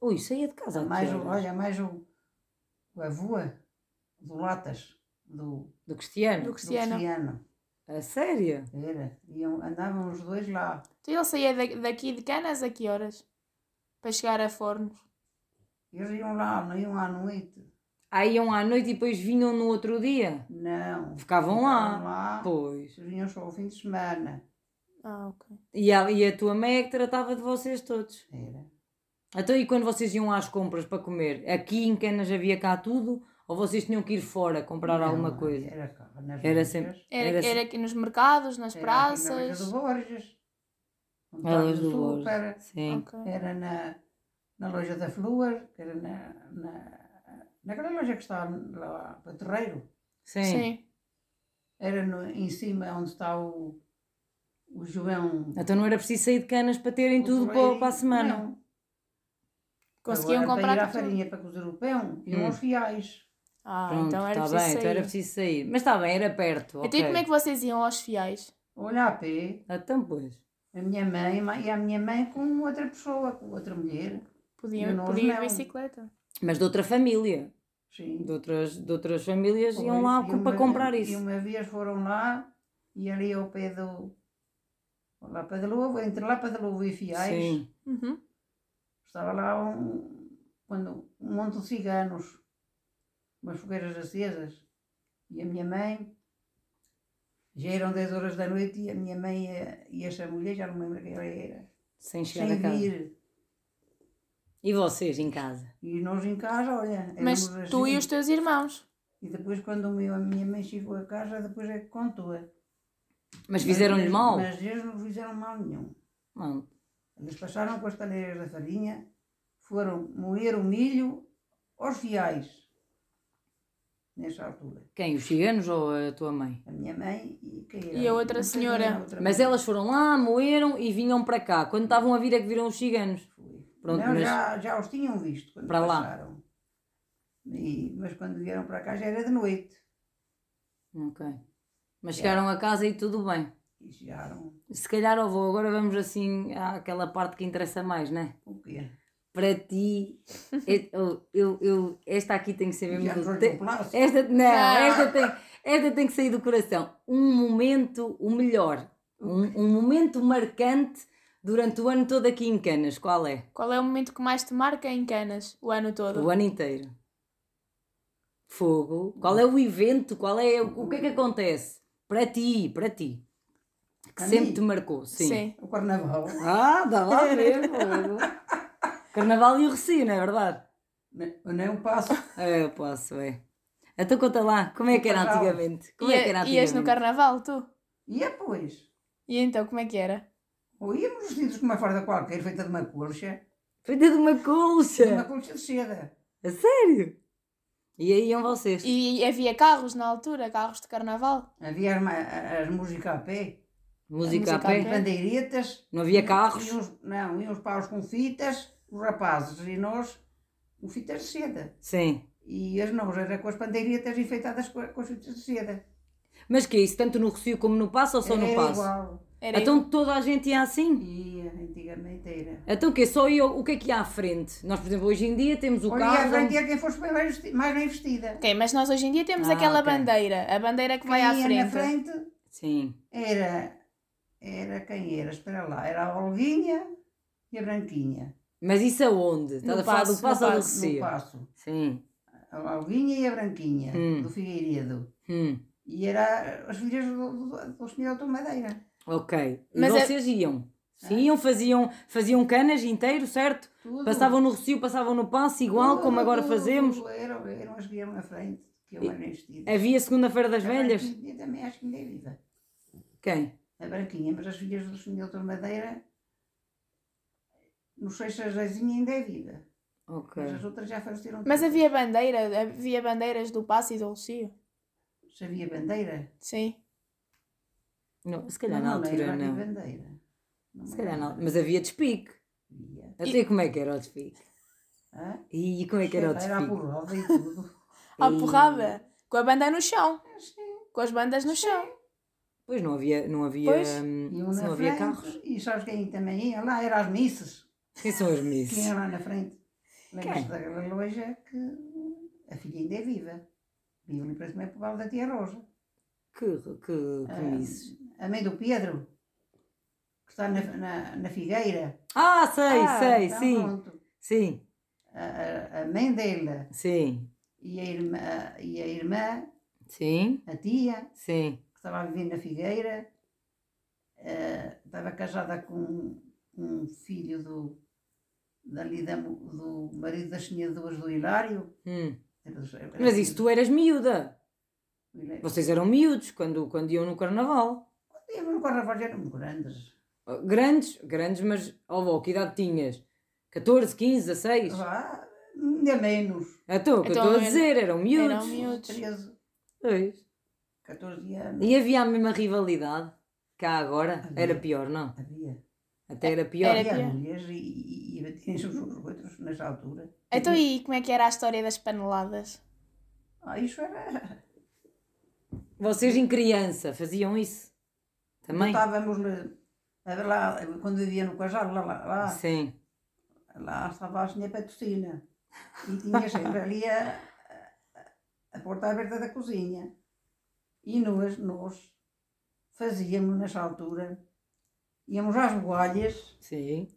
[SPEAKER 1] Ui, saía de casa. a é que né?
[SPEAKER 2] Mais o,
[SPEAKER 1] horas?
[SPEAKER 2] olha, mais o, o avô do Latas, do,
[SPEAKER 1] Do Cristiano?
[SPEAKER 3] Do
[SPEAKER 2] do
[SPEAKER 3] Cristiano.
[SPEAKER 2] Cristiano.
[SPEAKER 1] A sério?
[SPEAKER 2] Era. Iam, andavam os dois lá.
[SPEAKER 3] Então ele saía da- daqui de Canas a que horas? Para chegar a Fornos.
[SPEAKER 2] Eles iam lá, não iam à noite.
[SPEAKER 1] Aí iam à noite e depois vinham no outro dia?
[SPEAKER 2] Não.
[SPEAKER 1] Ficavam lá.
[SPEAKER 2] lá.
[SPEAKER 1] Pois.
[SPEAKER 2] Vinham só ao fim de semana.
[SPEAKER 3] Ah, ok.
[SPEAKER 1] E a, e a tua mãe é que tratava de vocês todos.
[SPEAKER 2] Era.
[SPEAKER 1] Então e quando vocês iam às compras para comer? Aqui em Canas havia cá tudo? Ou vocês tinham que ir fora comprar
[SPEAKER 2] Não,
[SPEAKER 1] alguma coisa?
[SPEAKER 2] Era cá, nas
[SPEAKER 1] Era
[SPEAKER 2] lojas.
[SPEAKER 1] sempre- Era
[SPEAKER 3] Era,
[SPEAKER 1] assim.
[SPEAKER 3] era aqui nos mercados, nas
[SPEAKER 2] Era aqui na Loja
[SPEAKER 3] praças.
[SPEAKER 2] do Borges. onde estava
[SPEAKER 1] Elas
[SPEAKER 2] o
[SPEAKER 1] do
[SPEAKER 2] super,
[SPEAKER 1] Borges. Sim.
[SPEAKER 3] Ok.
[SPEAKER 2] Era na, na loja da Flua, que era na, na, naquela loja que está lá para o terreiro.
[SPEAKER 1] Sim.
[SPEAKER 3] Sim.
[SPEAKER 2] Era no, em cima onde está o, o João.
[SPEAKER 1] Então não era preciso sair de Canas para terem
[SPEAKER 2] o
[SPEAKER 1] tudo para,
[SPEAKER 2] Joelho.
[SPEAKER 1] para a semana?
[SPEAKER 2] Não.
[SPEAKER 3] Conseguiam
[SPEAKER 2] Agora,
[SPEAKER 3] comprar
[SPEAKER 2] para ir à
[SPEAKER 3] tudo.
[SPEAKER 2] farinha para cozer o pão e
[SPEAKER 1] Hum.
[SPEAKER 2] aos fiais.
[SPEAKER 3] Ah,
[SPEAKER 1] Pronto,
[SPEAKER 3] então era
[SPEAKER 1] tá
[SPEAKER 3] preciso
[SPEAKER 1] bem,
[SPEAKER 3] sair.
[SPEAKER 1] então era preciso sair. Mas está bem, era perto.
[SPEAKER 3] Então e
[SPEAKER 1] ok.
[SPEAKER 3] como é que vocês iam aos fiéis?
[SPEAKER 2] Olha a pé,
[SPEAKER 1] Então pois.
[SPEAKER 2] a minha mãe ma- e a minha mãe com outra pessoa, com outra mulher. E
[SPEAKER 3] Podiam,
[SPEAKER 2] nós
[SPEAKER 3] podiam ir de
[SPEAKER 2] não.
[SPEAKER 3] bicicleta.
[SPEAKER 1] Mas de outra família.
[SPEAKER 2] Sim.
[SPEAKER 1] De outras, de outras famílias iam
[SPEAKER 2] Pois,
[SPEAKER 1] lá
[SPEAKER 2] e
[SPEAKER 1] co-
[SPEAKER 2] uma
[SPEAKER 1] para
[SPEAKER 2] ve-
[SPEAKER 1] comprar
[SPEAKER 2] E
[SPEAKER 1] isso.
[SPEAKER 2] uma vez foram lá e ali ao pé do. Lá para de Lobo, entre lá para de Lobo e Fiais,
[SPEAKER 1] Sim.
[SPEAKER 3] Uhum.
[SPEAKER 2] estava lá um, quando, um monte de ciganos, umas fogueiras acesas. E a minha mãe, já eram 10 horas da noite e a minha mãe eh, e essa mulher, já não me lembro quem ela era,
[SPEAKER 1] Sem chegar
[SPEAKER 2] sem
[SPEAKER 1] a casa.
[SPEAKER 2] vir.
[SPEAKER 1] E vocês em casa?
[SPEAKER 2] E nós em casa, olha.
[SPEAKER 3] Mas
[SPEAKER 2] éramos
[SPEAKER 3] tu e
[SPEAKER 2] assim.
[SPEAKER 3] os teus irmãos.
[SPEAKER 2] E depois, quando o meu- a minha mãe chegou a casa, depois é que contou.
[SPEAKER 1] Mas fizeram-lhe mal?
[SPEAKER 2] Mas eles não fizeram mal nenhum.
[SPEAKER 1] Não.
[SPEAKER 2] Eles passaram com as talheiras da farinha, foram moer o milho aos fiais, nessa altura.
[SPEAKER 1] Quem? Os ciganos ou a tua mãe?
[SPEAKER 2] A minha mãe e quem era?
[SPEAKER 3] E a outra
[SPEAKER 2] Não sei quem
[SPEAKER 3] senhora.
[SPEAKER 2] era a outra
[SPEAKER 1] Mas
[SPEAKER 2] mulher.
[SPEAKER 1] elas foram lá, moeram e vinham para cá. Quando estavam a vir é que viram os ciganos.
[SPEAKER 2] Foi.
[SPEAKER 1] Pronto,
[SPEAKER 2] não,
[SPEAKER 1] mas-
[SPEAKER 2] já, já os tinham visto quando
[SPEAKER 1] Para lá.
[SPEAKER 2] passaram. E- mas quando vieram para cá já era de noite.
[SPEAKER 1] Ok. Mas chegaram a casa e tudo bem.
[SPEAKER 2] E chegaram
[SPEAKER 1] Se calhar, ó, vou agora vamos assim àquela parte que interessa mais, né?
[SPEAKER 2] o quê?
[SPEAKER 1] para ti, eu- eu, eu, eu- esta aqui tem que ser mesmo.
[SPEAKER 2] Já
[SPEAKER 1] do-
[SPEAKER 2] trouxe
[SPEAKER 1] tem-
[SPEAKER 2] o plástico.
[SPEAKER 1] esta, não,
[SPEAKER 3] Não.
[SPEAKER 1] Esta, tem, esta tem que sair do coração. Um momento, o melhor, um, um momento marcante durante o ano todo aqui em Canas, qual é?
[SPEAKER 3] Qual é o momento que mais te marca em Canas? O ano todo?
[SPEAKER 1] O ano inteiro. Fogo. Qual é o evento? Qual é o que é que acontece para ti, para ti? Que
[SPEAKER 2] Para
[SPEAKER 1] sempre
[SPEAKER 2] mim?
[SPEAKER 1] te marcou, sim.
[SPEAKER 2] O carnaval.
[SPEAKER 1] Ah, dá lá mesmo. fogo. Carnaval e o Recio, não é verdade?
[SPEAKER 2] Nem nem um passo.
[SPEAKER 1] É, eu posso, é. Então conta lá, como é que era
[SPEAKER 2] Carnaval.
[SPEAKER 1] antigamente? Como
[SPEAKER 3] Ia-
[SPEAKER 1] é que era antigamente?
[SPEAKER 3] Ias no carnaval, tu?
[SPEAKER 2] E é pois.
[SPEAKER 3] E então, como é que era?
[SPEAKER 2] Ou íamos vestidos com uma farda qualquer, feita de uma colcha.
[SPEAKER 1] Feita de uma
[SPEAKER 2] De uma
[SPEAKER 1] colcha.
[SPEAKER 2] colcha de seda.
[SPEAKER 1] A sério? E aí iam vocês?
[SPEAKER 3] E havia carros na altura, carros de carnaval?
[SPEAKER 2] Havia as, ma- as músicas a pé.
[SPEAKER 1] Música
[SPEAKER 3] a
[SPEAKER 1] a
[SPEAKER 3] música
[SPEAKER 1] pé?
[SPEAKER 3] a pé.
[SPEAKER 2] Bandeiretas.
[SPEAKER 1] Não havia carros?
[SPEAKER 2] E uns- não, iam os paus com fitas, os rapazes e nós com fitas de seda.
[SPEAKER 1] Sim.
[SPEAKER 2] E as nós era com as bandeiretas enfeitadas com, com as fitas de seda.
[SPEAKER 1] Mas que é isso? Tanto no Recio como no Passo ou só no
[SPEAKER 2] era
[SPEAKER 1] Passo?
[SPEAKER 2] igual.
[SPEAKER 3] Era
[SPEAKER 1] Então toda a gente ia assim?
[SPEAKER 2] E eh, antigamente era.
[SPEAKER 1] Então o quê? Só ia, o que é que ia à frente? Nós, por exemplo, hoje em dia temos o
[SPEAKER 2] Olha, e à
[SPEAKER 1] carro.
[SPEAKER 2] frente é quem fosse bem mais vesti- mais bem vestida.
[SPEAKER 3] Ok, mas nós hoje em dia temos
[SPEAKER 1] Ah,
[SPEAKER 3] aquela
[SPEAKER 1] ok.
[SPEAKER 3] bandeira, a bandeira que
[SPEAKER 2] Quem
[SPEAKER 3] vai à
[SPEAKER 2] ia
[SPEAKER 3] frente.
[SPEAKER 2] na frente
[SPEAKER 1] Sim.
[SPEAKER 2] era. Era quem era, espera lá. Era a Olguinha e a Branquinha.
[SPEAKER 1] Mas isso aonde? Estás
[SPEAKER 3] No
[SPEAKER 1] a falar
[SPEAKER 3] Paço,
[SPEAKER 1] do Passo
[SPEAKER 3] no
[SPEAKER 1] ou do
[SPEAKER 3] Paço,
[SPEAKER 2] No
[SPEAKER 1] Recio?
[SPEAKER 2] passo.
[SPEAKER 1] Sim.
[SPEAKER 2] A Olguinha e a Branquinha,
[SPEAKER 1] Hum.
[SPEAKER 2] do Figueiredo.
[SPEAKER 1] Hum,
[SPEAKER 2] E era as filhas do, do, do senhor Tom Madeira.
[SPEAKER 1] ok. E
[SPEAKER 3] Mas é-
[SPEAKER 1] vocês iam? Sim, iam, faziam, faziam canas inteiro, certo?
[SPEAKER 2] Tudo.
[SPEAKER 1] Passavam no Recio, passavam no Passo, igual
[SPEAKER 2] Tudo,
[SPEAKER 1] como agora
[SPEAKER 2] tudo,
[SPEAKER 1] fazemos.
[SPEAKER 2] tudo. Eram, eram as que iam na frente, que eu era vestida.
[SPEAKER 1] Havia segunda-feira das
[SPEAKER 2] A
[SPEAKER 1] velhas?
[SPEAKER 2] Branquinha também acho que ainda é viva.
[SPEAKER 1] Quem?
[SPEAKER 2] A Branquinha, mas as filhas do senhor Tom Madeira, não sei se a Zezinha ainda é viva.
[SPEAKER 1] Ok.
[SPEAKER 2] Mas as outras já faleceram.
[SPEAKER 3] Mas
[SPEAKER 2] todas.
[SPEAKER 3] havia bandeira, havia bandeiras do Passo e do Lucio.
[SPEAKER 2] Se havia bandeira?
[SPEAKER 3] Sim.
[SPEAKER 1] Não, se calhar na
[SPEAKER 2] não,
[SPEAKER 1] altura
[SPEAKER 2] era
[SPEAKER 1] não.
[SPEAKER 2] havia bandeira. Não
[SPEAKER 1] Se calhar
[SPEAKER 2] era.
[SPEAKER 1] não. Mas havia despique.
[SPEAKER 2] Havia.
[SPEAKER 1] Até como é que era o despique?
[SPEAKER 2] Hã?
[SPEAKER 1] E como é que era o
[SPEAKER 2] Era a
[SPEAKER 1] despique?
[SPEAKER 2] porrada e tudo.
[SPEAKER 3] À
[SPEAKER 1] Ih.
[SPEAKER 3] porrada. Com a banda no chão.
[SPEAKER 2] Sim.
[SPEAKER 3] Com as bandas no chão.
[SPEAKER 1] Pois não havia, não havia,
[SPEAKER 3] Pois.
[SPEAKER 1] hum,
[SPEAKER 2] Iam
[SPEAKER 1] se não
[SPEAKER 2] um na
[SPEAKER 1] havia
[SPEAKER 2] frente.
[SPEAKER 1] carros.
[SPEAKER 2] E sabes quem também ia lá? Era as missas.
[SPEAKER 1] Quem são os
[SPEAKER 2] que
[SPEAKER 1] misses?
[SPEAKER 2] era é lá na frente. Lembras-te daquela loja é que a filha ainda é viva. Vive ali para também por causa da tia Rosa.
[SPEAKER 1] Que, que,
[SPEAKER 2] É.
[SPEAKER 1] que é misses?
[SPEAKER 2] A mãe do Pedro, que está na, na, na Figueira.
[SPEAKER 1] Ah, sei,
[SPEAKER 3] Ah,
[SPEAKER 1] sei,
[SPEAKER 2] Então,
[SPEAKER 1] sim,
[SPEAKER 2] pronto.
[SPEAKER 1] sim,
[SPEAKER 2] A, a, a mãe dela
[SPEAKER 1] sim,
[SPEAKER 2] e a, irmã, e a irmã,
[SPEAKER 1] sim,
[SPEAKER 2] a tia,
[SPEAKER 1] sim.
[SPEAKER 2] que estava a viver na Figueira, eh, estava casada com, com um filho do, dali da, mu- do marido das senhoras duas do Hilário.
[SPEAKER 1] Hum.
[SPEAKER 2] Era- era assim.
[SPEAKER 1] Mas isso tu eras miúda.
[SPEAKER 2] do Hilário.
[SPEAKER 1] Vocês eram miúdos quando, quando iam no carnaval.
[SPEAKER 2] E agora com a Rafael eram grandes.
[SPEAKER 1] Oh, Grandes, grandes, mas ó vó, que idade tinhas? 14, 15, 16?
[SPEAKER 2] Vá, ainda menos.
[SPEAKER 1] Então, o que eu
[SPEAKER 3] Então,
[SPEAKER 1] estou a
[SPEAKER 3] era-
[SPEAKER 1] dizer, eram miúdos.
[SPEAKER 3] Eram miúdos.
[SPEAKER 2] 13,
[SPEAKER 1] Pois.
[SPEAKER 2] 14 anos.
[SPEAKER 1] E havia a mesma rivalidade cá agora?
[SPEAKER 2] Havia.
[SPEAKER 1] Era pior, não?
[SPEAKER 2] Havia.
[SPEAKER 1] Até era pior.
[SPEAKER 3] Era-
[SPEAKER 2] Havia
[SPEAKER 3] pior.
[SPEAKER 2] as mulheres e, e, e batiam-se uns aos outros nessa altura.
[SPEAKER 3] Então e como é que era a história das paneladas?
[SPEAKER 2] Ah, isso era.
[SPEAKER 1] Vocês em criança faziam isso? Também?
[SPEAKER 2] Estávamos lá, a ver lá, quando vivia no casal, lá, lá, lá,
[SPEAKER 1] Sim.
[SPEAKER 2] lá estava a senhora Patrocina. E tinha sempre ali a, a- a porta aberta da cozinha. E nós, nós fazíamos nessa altura, íamos às boalhas.
[SPEAKER 1] Sim.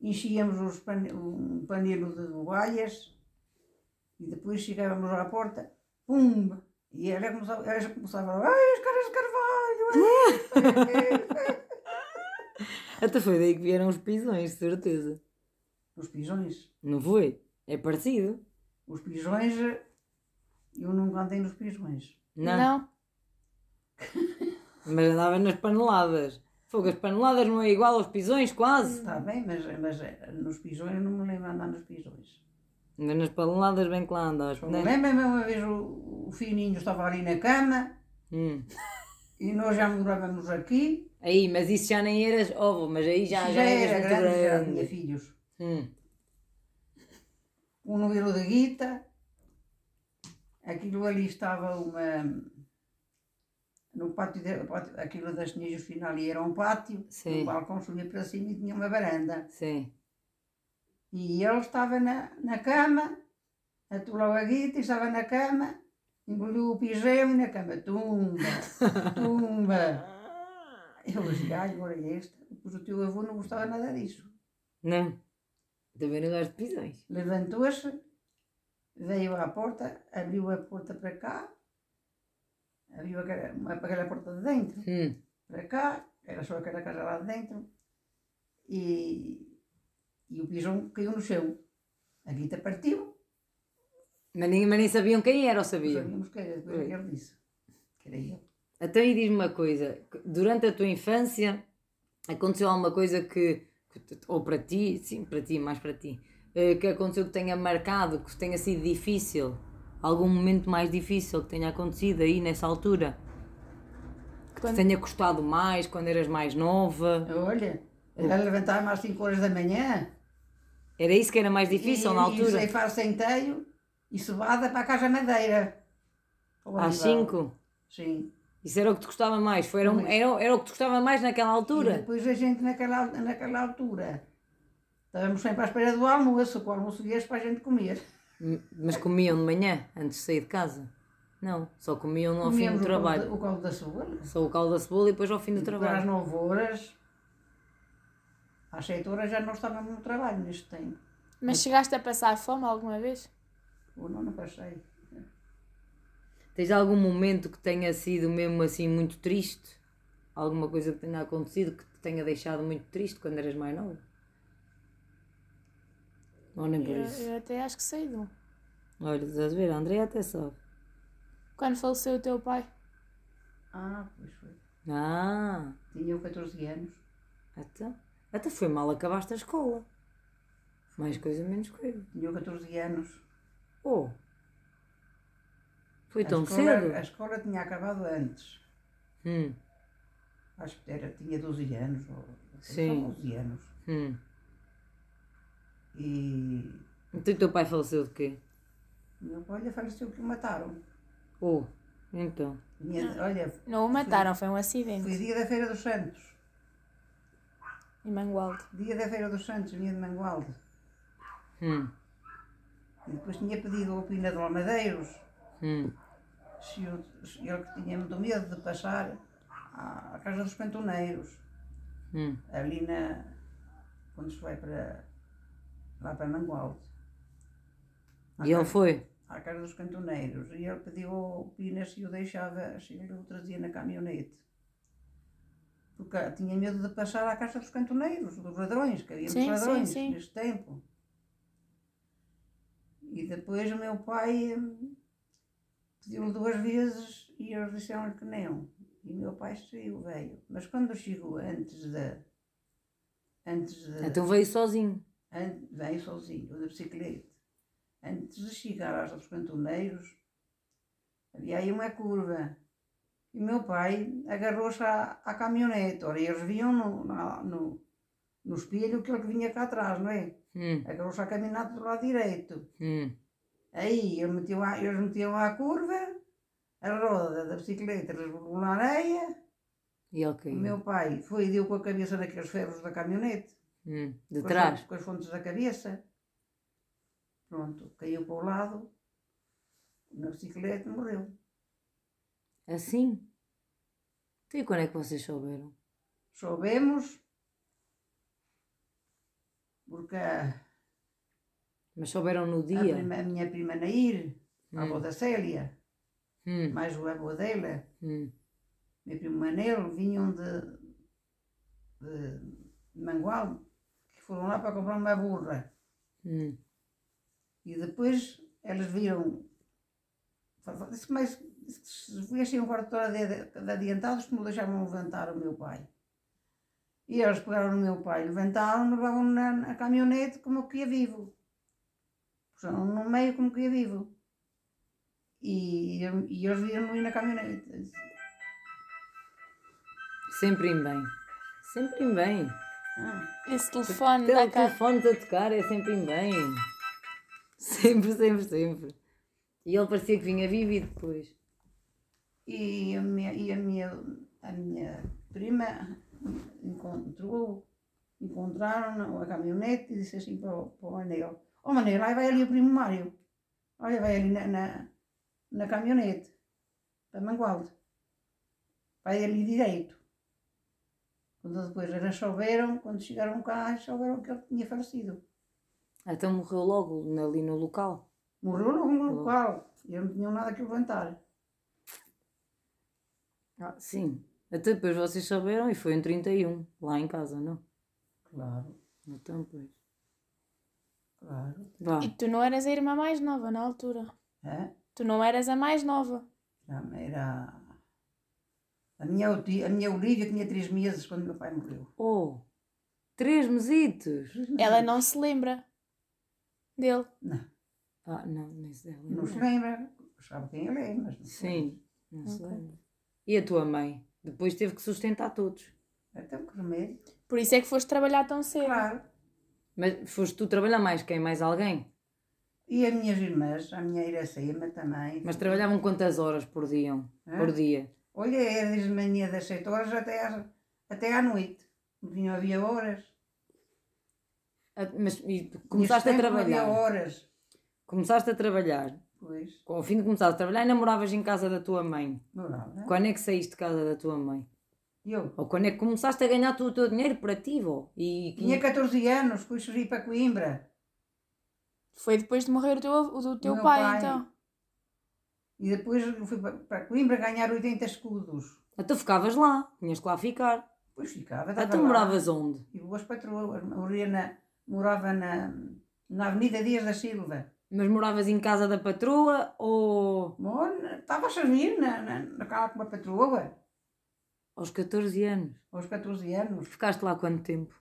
[SPEAKER 2] enchíamos os pan- um panelo de boalhas e depois chegávamos à porta, pum! E ela começava, ela já começava a ai, as caras de carvalho! ai, não sei o quê."
[SPEAKER 1] Até foi daí que vieram os pisões, de certeza.
[SPEAKER 2] os pisões.
[SPEAKER 1] Não foi? É parecido.
[SPEAKER 2] Os pisões, eh, eu nunca andei nos pisões.
[SPEAKER 1] Não. Mas andava nas paneladas. Fogo, as paneladas não é igual aos pisões, quase.
[SPEAKER 2] Está bem, mas, mas eh, nos pisões não me lembro andar nos pisões.
[SPEAKER 1] Mas nas paneladas bem que lá andas.
[SPEAKER 2] Só
[SPEAKER 1] não
[SPEAKER 2] me
[SPEAKER 1] é?
[SPEAKER 2] lembro-me uma vez o, o fininho estava ali na cama
[SPEAKER 1] Hum.
[SPEAKER 2] e nós já morávamos aqui.
[SPEAKER 1] Aí, mas isso já nem eras ovo, mas aí já, já, eras
[SPEAKER 2] era
[SPEAKER 1] muito
[SPEAKER 2] grande, já tinha
[SPEAKER 1] grande.
[SPEAKER 2] filhos.
[SPEAKER 1] Hum.
[SPEAKER 2] um número de guita. Aquilo ali estava uma. No pátio, de, pátio- aquilo das Tinhas final ali era um pátio.
[SPEAKER 1] Sim.
[SPEAKER 2] O balcão subia para cima e tinha uma varanda.
[SPEAKER 1] Sim.
[SPEAKER 2] E ele estava na, na cama, atolou a guita, estava na cama, engoliu o pijama e na cama, tumba, tumba. Eu os galhos, olha é este, pois o teu avô não gostava nada disso.
[SPEAKER 1] Não. Também não gosto de pisões.
[SPEAKER 2] Levantou-se, veio à porta, abriu a porta para cá, abriu aquela, uma- aquela porta de dentro.
[SPEAKER 1] Hum.
[SPEAKER 2] para cá, era só aquela casa lá dentro, e, e o pisão caiu no chão. A guita partiu,
[SPEAKER 1] Mas, nem, mas nem sabiam quem era ou
[SPEAKER 2] não
[SPEAKER 1] sabiam?
[SPEAKER 2] sabíamos que era, depois é que ele disse, que era eu.
[SPEAKER 1] Então, e diz-me uma coisa: durante a tua infância aconteceu alguma coisa que, que te- ou para ti, sim, para ti, mais para ti, eh, que aconteceu que tenha marcado, que tenha sido difícil? Algum momento mais difícil que tenha acontecido aí nessa altura? Que
[SPEAKER 3] Quando-
[SPEAKER 1] te tenha custado mais quando eras mais nova?
[SPEAKER 2] Olha, ela levantava-me às 5 horas da manhã,
[SPEAKER 1] Era isso que era mais
[SPEAKER 2] e, é
[SPEAKER 1] difícil na
[SPEAKER 2] e
[SPEAKER 1] altura?
[SPEAKER 2] ceifar centeio, e subada para a casa madeira. Ao
[SPEAKER 1] Às
[SPEAKER 2] animal.
[SPEAKER 1] 5?
[SPEAKER 2] Sim.
[SPEAKER 1] Isso era o que te custava mais? Foi, era, um- era, era o que te custava mais naquela
[SPEAKER 2] E
[SPEAKER 1] altura?
[SPEAKER 2] depois a gente naquela, al- naquela altura, estávamos sempre à espera do almoço, com o almoço guias para a gente comer.
[SPEAKER 1] M- Mas comiam de manhã, antes de sair de casa? Não, só comiam ao fim
[SPEAKER 2] Comíamos
[SPEAKER 1] do
[SPEAKER 2] o caldo-
[SPEAKER 1] trabalho.
[SPEAKER 2] O caldo da cebola.
[SPEAKER 1] Só o caldo da cebola e depois ao fim do
[SPEAKER 2] Às
[SPEAKER 1] trabalho.
[SPEAKER 2] 9 horas, às 7 horas já não estávamos no trabalho neste tempo.
[SPEAKER 3] Mas chegaste a passar fome alguma vez?
[SPEAKER 2] Ou não, não passei.
[SPEAKER 1] Tens algum momento que tenha sido mesmo assim muito triste? Alguma coisa que tenha acontecido que te tenha deixado muito triste quando eras mais nova? Ou nem por
[SPEAKER 3] Eu,
[SPEAKER 1] isso?
[SPEAKER 3] eu até acho que sei de um.
[SPEAKER 1] Olha, estás a ver? A Andrea até sabe.
[SPEAKER 3] Quando faleceu o teu pai?
[SPEAKER 2] Ah, pois foi.
[SPEAKER 1] Ah,
[SPEAKER 2] Tinha eu 14 anos.
[SPEAKER 1] até, até foi mal acabaste a escola. Mais coisa, menos coisa.
[SPEAKER 2] Tinha eu 14 anos.
[SPEAKER 1] Oh! Foi
[SPEAKER 2] A
[SPEAKER 1] tão
[SPEAKER 2] escola- é-
[SPEAKER 1] cedo?
[SPEAKER 2] A escola tinha acabado antes.
[SPEAKER 1] Hum,
[SPEAKER 2] Acho que era, tinha 12 anos. Ou,
[SPEAKER 1] Sim.
[SPEAKER 2] Só 12 anos.
[SPEAKER 1] hum.
[SPEAKER 2] E
[SPEAKER 1] Então o teu pai faleceu de quê?
[SPEAKER 2] o meu pai olha, faleceu que o mataram.
[SPEAKER 1] Oh, então.
[SPEAKER 2] Tinha- olha,
[SPEAKER 3] Não o mataram, foi um acidente.
[SPEAKER 2] foi dia da Feira dos Santos.
[SPEAKER 3] Em Mangualde.
[SPEAKER 2] Dia da Feira dos Santos, vinha de Mangualde.
[SPEAKER 1] Hum,
[SPEAKER 2] E depois tinha pedido ao Pina de Almadeiros.
[SPEAKER 1] hum.
[SPEAKER 2] se eu, se eu que tinha muito medo de passar à, à Casa dos Cantoneiros,
[SPEAKER 1] Hum.
[SPEAKER 2] ali na. quando se vai para. lá para Mangualde. À,
[SPEAKER 1] E é um ele
[SPEAKER 2] casa-
[SPEAKER 1] foi?
[SPEAKER 2] à Casa dos Cantoneiros. E ele pediu ao Pina se eu deixava, se ele o trazia na caminhonete. Porque tinha medo de passar à Casa dos Cantoneiros, dos ladrões, que havia
[SPEAKER 3] Sim, sim,
[SPEAKER 2] muitos ladrões
[SPEAKER 3] sim.
[SPEAKER 2] neste tempo. E depois o meu pai hum, pediu-lhe duas vezes e eles disseram-lhe que não. E o meu pai saiu, veio. Mas quando chegou antes da. Antes de.
[SPEAKER 1] Então veio sozinho.
[SPEAKER 2] An- Vem sozinho, da bicicleta. Antes de chegar aos outros cantoneiros, havia aí uma curva. E o meu pai agarrou-se à, à caminhonete. Ora, eles viam no, na- no, no espelho que ele vinha cá atrás, não é?
[SPEAKER 1] Hum,
[SPEAKER 2] Agarrou-se à caminhonete do lado direito.
[SPEAKER 1] hum.
[SPEAKER 2] Aí ele meteu a- eles metiam à curva, a roda da bicicleta resbalou na areia.
[SPEAKER 1] E ele
[SPEAKER 2] O
[SPEAKER 1] caiu.
[SPEAKER 2] meu pai foi e deu com a cabeça naqueles ferros da caminhonete.
[SPEAKER 1] Hum, de
[SPEAKER 2] com as
[SPEAKER 1] trás.
[SPEAKER 2] fontes- Com as fontes da cabeça. Pronto, caiu para o lado, na bicicleta e morreu.
[SPEAKER 1] Assim? Então, E quando é que vocês souberam?
[SPEAKER 2] Soubemos, porque a,
[SPEAKER 1] Mas souberam no
[SPEAKER 2] a Ah,
[SPEAKER 1] dia?
[SPEAKER 2] prima- a minha prima Nair, a avó
[SPEAKER 1] Hum,
[SPEAKER 2] da Célia,
[SPEAKER 1] hum,
[SPEAKER 2] mais o avô dela,
[SPEAKER 1] hum.
[SPEAKER 2] meu primo Manel, vinham de, de Mangual, que foram lá para comprar uma burra.
[SPEAKER 1] hum.
[SPEAKER 2] E depois elas viram. Disse que mais. Disse que se viessem um quarto de hora de, de adiantados, que me deixavam levantar o meu pai. E elas pegaram o meu pai, levantaram-no, levavam na, na caminhonete como que ia vivo. Puseram no meio como que ia vivo. E, e eles viram-me na caminhonete. Eu disse,
[SPEAKER 1] Sempre em bem. Sempre em bem.
[SPEAKER 2] "Ah,
[SPEAKER 3] Esse telefone
[SPEAKER 1] Ter
[SPEAKER 3] da
[SPEAKER 1] o
[SPEAKER 3] casa.
[SPEAKER 1] telefone a tocar é sempre em bem. Sempre, sempre, sempre. E ele parecia que vinha vivo e depois.
[SPEAKER 2] E, a minha, e a, minha, a minha prima encontrou encontraram a caminhonete e disse assim para o, para o Manel, ó oh, Manel, lá vai ali o primo Mário, olha, vai ali na, na, na caminhonete, para Mangualde, vai ali direito. Quando depois eles souberam, quando chegaram cá, souberam que ele tinha falecido.
[SPEAKER 1] Até Então morreu logo ali no local.
[SPEAKER 2] Morreu num local, e eles não tinham nada que levantar.
[SPEAKER 1] Ah, sim. Até depois vocês souberam e foi em 31, lá em casa, não?
[SPEAKER 2] Claro,
[SPEAKER 1] Então, pois.
[SPEAKER 2] claro.
[SPEAKER 1] Vá.
[SPEAKER 3] E tu não eras a irmã mais nova na altura.
[SPEAKER 2] É?
[SPEAKER 3] Tu não eras a mais nova.
[SPEAKER 2] Era, era- A minha, Oti- a minha Olívia tinha três meses quando meu pai morreu.
[SPEAKER 1] Oh, três mesitos.
[SPEAKER 3] Ela não se lembra dele.
[SPEAKER 2] Não,
[SPEAKER 1] Ah, não, nem se deve
[SPEAKER 2] não se
[SPEAKER 1] lembrar.
[SPEAKER 2] lembra. Sabe quem ele é, mas não se lembra.
[SPEAKER 1] Sim, não se
[SPEAKER 3] Ok.
[SPEAKER 1] lembra. E a tua mãe? Depois teve que sustentar todos.
[SPEAKER 2] Até o remédio.
[SPEAKER 3] Por isso é que foste trabalhar tão cedo.
[SPEAKER 2] É Claro.
[SPEAKER 1] Mas foste tu trabalhar mais quem? Mais alguém?
[SPEAKER 2] E as minhas irmãs, a minha Iracema também.
[SPEAKER 1] Mas trabalhavam quantas horas por dia?
[SPEAKER 2] Hã?
[SPEAKER 1] Por dia?
[SPEAKER 2] Olha, era desde manhã das 7 horas até às, até à noite. Não havia horas.
[SPEAKER 1] Ah, Mas e começaste a
[SPEAKER 2] Neste tempo Não havia
[SPEAKER 1] trabalhar.
[SPEAKER 2] horas.
[SPEAKER 1] Começaste a trabalhar.
[SPEAKER 2] Pois,
[SPEAKER 1] Ao fim de começares a trabalhar, ainda moravas em casa da tua mãe.
[SPEAKER 2] morava.
[SPEAKER 1] Quando é que saíste de casa da tua mãe?
[SPEAKER 2] E Eu
[SPEAKER 1] Ou quando é que começaste a ganhar tu o teu dinheiro para ti, vó? E
[SPEAKER 2] tinha 14 anos, fui subir para Coimbra.
[SPEAKER 3] Foi depois de morrer o teu, av- o do teu
[SPEAKER 2] meu
[SPEAKER 3] pai,
[SPEAKER 2] pai.
[SPEAKER 3] então.
[SPEAKER 2] E depois fui para- para Coimbra ganhar 80 escudos.
[SPEAKER 1] Então ficavas lá, tinhas que lá ficar.
[SPEAKER 2] Pois ficava,
[SPEAKER 1] Ah,
[SPEAKER 2] estava
[SPEAKER 1] tu
[SPEAKER 2] lá.
[SPEAKER 1] moravas onde?
[SPEAKER 2] E boas patroas. Morria na, morava na, na Avenida Dias da Silva.
[SPEAKER 1] Mas moravas em casa da patroa ou
[SPEAKER 2] Bom, estava a servir na, na, naquela com uma patroa,
[SPEAKER 1] aos 14 anos?
[SPEAKER 2] aos 14 anos.
[SPEAKER 1] Ficaste lá quanto tempo?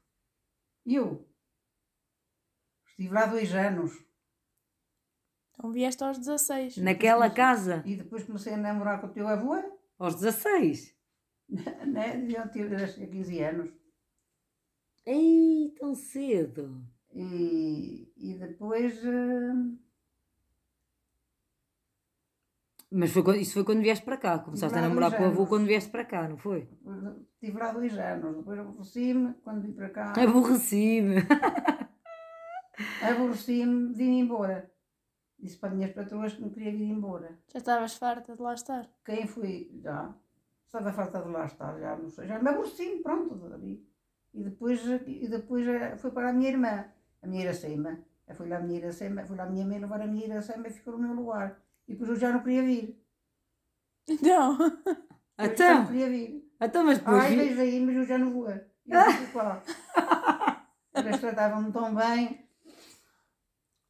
[SPEAKER 2] E eu? Estive lá dois anos.
[SPEAKER 3] Então vieste aos 16.
[SPEAKER 1] Naquela
[SPEAKER 2] Sim.
[SPEAKER 1] casa?
[SPEAKER 2] E depois comecei a namorar com o teu avô,
[SPEAKER 1] Aos 16?
[SPEAKER 2] né? Deviam ter 15 anos.
[SPEAKER 1] Ei, tão cedo!
[SPEAKER 2] E, e depois. eh,
[SPEAKER 1] Mas foi, quando- isso foi quando vieste para cá. Começaste a
[SPEAKER 2] Lá
[SPEAKER 1] namorar
[SPEAKER 2] uns
[SPEAKER 1] com o avô
[SPEAKER 2] anos.
[SPEAKER 1] quando vieste para cá, não foi?
[SPEAKER 2] Estive lá dois anos. Depois aborreci-me, quando vim para cá,
[SPEAKER 1] Aborreci-me.
[SPEAKER 2] aborreci-me de ir embora. Disse para as minhas patroas que me queria vir embora.
[SPEAKER 3] Já estavas farta de lá estar.
[SPEAKER 2] Quem foi já? Só da falta de lá estar, já não sei. Já me aborreci, pronto, ali. E depois, e depois eh, foi para a minha irmã, a minha Iracema. Eu fui lá a minha Iracema, fui lá a minha mãe levar a minha Iracema e ficou no meu lugar. E depois eu já não queria vir.
[SPEAKER 3] Então,
[SPEAKER 2] Eu já não
[SPEAKER 1] Então,
[SPEAKER 2] queria vir.
[SPEAKER 1] então mas depois.
[SPEAKER 2] Ai,
[SPEAKER 1] vi-
[SPEAKER 2] vejo aí, mas eu já não vou. E eu fico lá. Eles tratavam-me tão bem.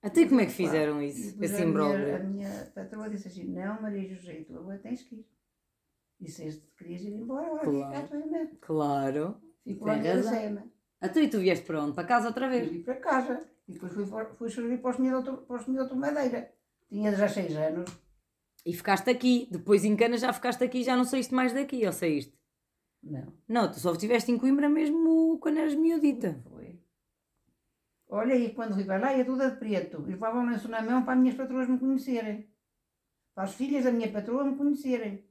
[SPEAKER 1] Até como é que
[SPEAKER 2] Claro.
[SPEAKER 1] fizeram
[SPEAKER 2] E
[SPEAKER 1] isso? assim,
[SPEAKER 2] depois
[SPEAKER 1] Esse
[SPEAKER 2] a, minha, a
[SPEAKER 1] imbróglio?
[SPEAKER 2] minha patroa disse assim, não, Maria José, tu agora tens que ir. Disseste que querias ir embora, agora
[SPEAKER 1] Claro.
[SPEAKER 2] fica a tua irmã.
[SPEAKER 1] Claro.
[SPEAKER 2] Fico lá a minha
[SPEAKER 1] Tem razão.
[SPEAKER 2] Iracema.
[SPEAKER 1] Até e tu vieste para onde? Para casa outra
[SPEAKER 2] Eu
[SPEAKER 1] vez?
[SPEAKER 2] vim para casa e depois fui, for- fui servir para o senhor doutor, para o senhor doutor Madeira. Tinha 16 anos.
[SPEAKER 1] E ficaste aqui. Depois em Cana já ficaste aqui e já não saíste mais daqui, ou saíste?
[SPEAKER 2] Não,
[SPEAKER 1] Não, tu só estiveste em Coimbra mesmo quando eras miudita.
[SPEAKER 2] foi. Olha, e quando fui para lá ia toda de preto. E levava um lenço na mão para as minhas patroas me conhecerem. Para as filhas da minha patroa me conhecerem.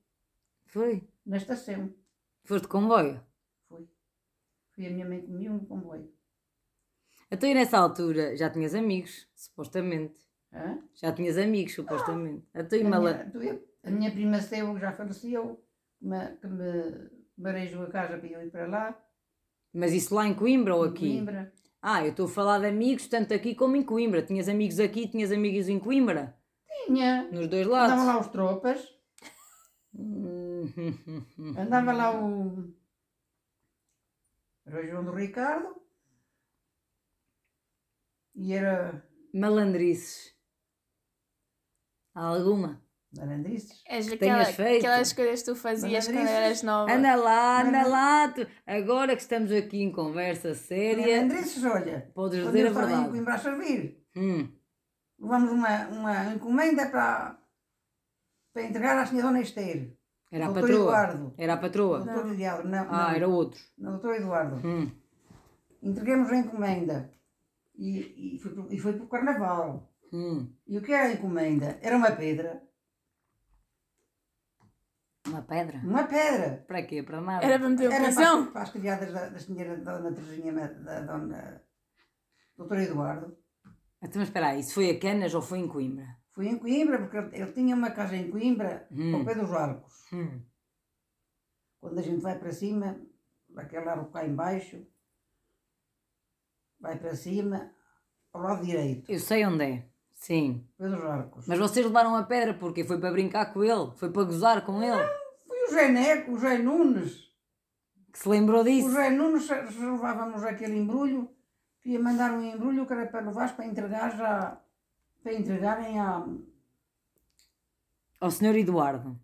[SPEAKER 1] Foi?
[SPEAKER 2] Na estação.
[SPEAKER 1] Foste de comboio?
[SPEAKER 2] Fui. Fui a minha mãe comigo no comboio.
[SPEAKER 1] Até Então, e nessa altura já tinhas amigos, supostamente.
[SPEAKER 2] Hã?
[SPEAKER 1] Já tinhas amigos, supostamente. Até e
[SPEAKER 2] A
[SPEAKER 1] mala...
[SPEAKER 2] minha, tu- eu- a minha prima Seu, que já faleceu, que me, que me me arranjou a casa para eu ir para lá.
[SPEAKER 1] Mas isso lá em Coimbra ou
[SPEAKER 2] em
[SPEAKER 1] aqui?
[SPEAKER 2] Coimbra.
[SPEAKER 1] Ah, eu estou a falar de amigos, tanto aqui como em Coimbra. Tinhas amigos aqui, tinhas amigos em Coimbra.
[SPEAKER 2] Tinha.
[SPEAKER 1] Nos dois
[SPEAKER 2] Andavam
[SPEAKER 1] lados.
[SPEAKER 2] lá os tropas.
[SPEAKER 1] Hum.
[SPEAKER 2] Andava lá o. Era o João do Ricardo. E era.
[SPEAKER 1] Malandrices. Há alguma?
[SPEAKER 2] Malandrices.
[SPEAKER 3] és
[SPEAKER 1] Tenhas
[SPEAKER 3] aquela,
[SPEAKER 1] feito.
[SPEAKER 3] aquelas coisas que tu
[SPEAKER 2] Mas
[SPEAKER 3] fazias quando
[SPEAKER 2] isso-
[SPEAKER 3] eras nova.
[SPEAKER 1] Anda lá,
[SPEAKER 2] Mas
[SPEAKER 1] anda
[SPEAKER 2] não-
[SPEAKER 1] lá. tu- Agora que estamos aqui em conversa séria,
[SPEAKER 2] Malandrices, olha.
[SPEAKER 1] podes
[SPEAKER 2] Quando
[SPEAKER 1] dizer
[SPEAKER 2] eu
[SPEAKER 1] a
[SPEAKER 2] estava em
[SPEAKER 1] verdade.
[SPEAKER 2] Coimbra a servir,
[SPEAKER 1] Hum.
[SPEAKER 2] levámos uma, uma encomenda para. para entregar à senhora Dona Esteiro.
[SPEAKER 1] Era a
[SPEAKER 2] Doutor
[SPEAKER 1] patroa.
[SPEAKER 2] Eduardo.
[SPEAKER 1] Era a patroa.
[SPEAKER 2] Doutor Eduardo. Não,
[SPEAKER 1] Ah,
[SPEAKER 2] não,
[SPEAKER 1] era outro.
[SPEAKER 2] não, doutor Eduardo.
[SPEAKER 1] Hum.
[SPEAKER 2] Entregamos a encomenda. E, e, foi, pro- e foi para o Carnaval.
[SPEAKER 1] Hum.
[SPEAKER 2] E o que era a encomenda? Era uma pedra.
[SPEAKER 1] Uma pedra?
[SPEAKER 2] Uma pedra.
[SPEAKER 1] Para quê? Para nada?
[SPEAKER 3] Era para meter a
[SPEAKER 2] Era para, as-
[SPEAKER 3] pensão?
[SPEAKER 2] para as criadas da, da senhora Dona Terezinha, Ma- da Dona Doutora Eduardo.
[SPEAKER 1] Então, mas espera aí, isso foi a Canas ou foi em Coimbra?
[SPEAKER 2] Fui em Coimbra, porque ele, ele tinha uma casa em Coimbra, ao
[SPEAKER 1] Hum.
[SPEAKER 2] pé dos arcos.
[SPEAKER 1] Hum.
[SPEAKER 2] Quando a gente vai para cima, aquele arco cá em baixo, vai para cima, ao lado direito,
[SPEAKER 1] Eu sei onde é. Sim.
[SPEAKER 2] ao pé dos arcos.
[SPEAKER 1] Mas vocês levaram a pedra porque foi para brincar com ele? Foi para gozar com ele?
[SPEAKER 2] Foi o Zé Neco, o Zé Nunes.
[SPEAKER 1] Que se lembrou disso?
[SPEAKER 2] O Zé Nunes reservávamos aquele embrulho, que ia mandar um embrulho que era para levar para entregar já, para entregarem à,
[SPEAKER 1] Ao senhor Eduardo.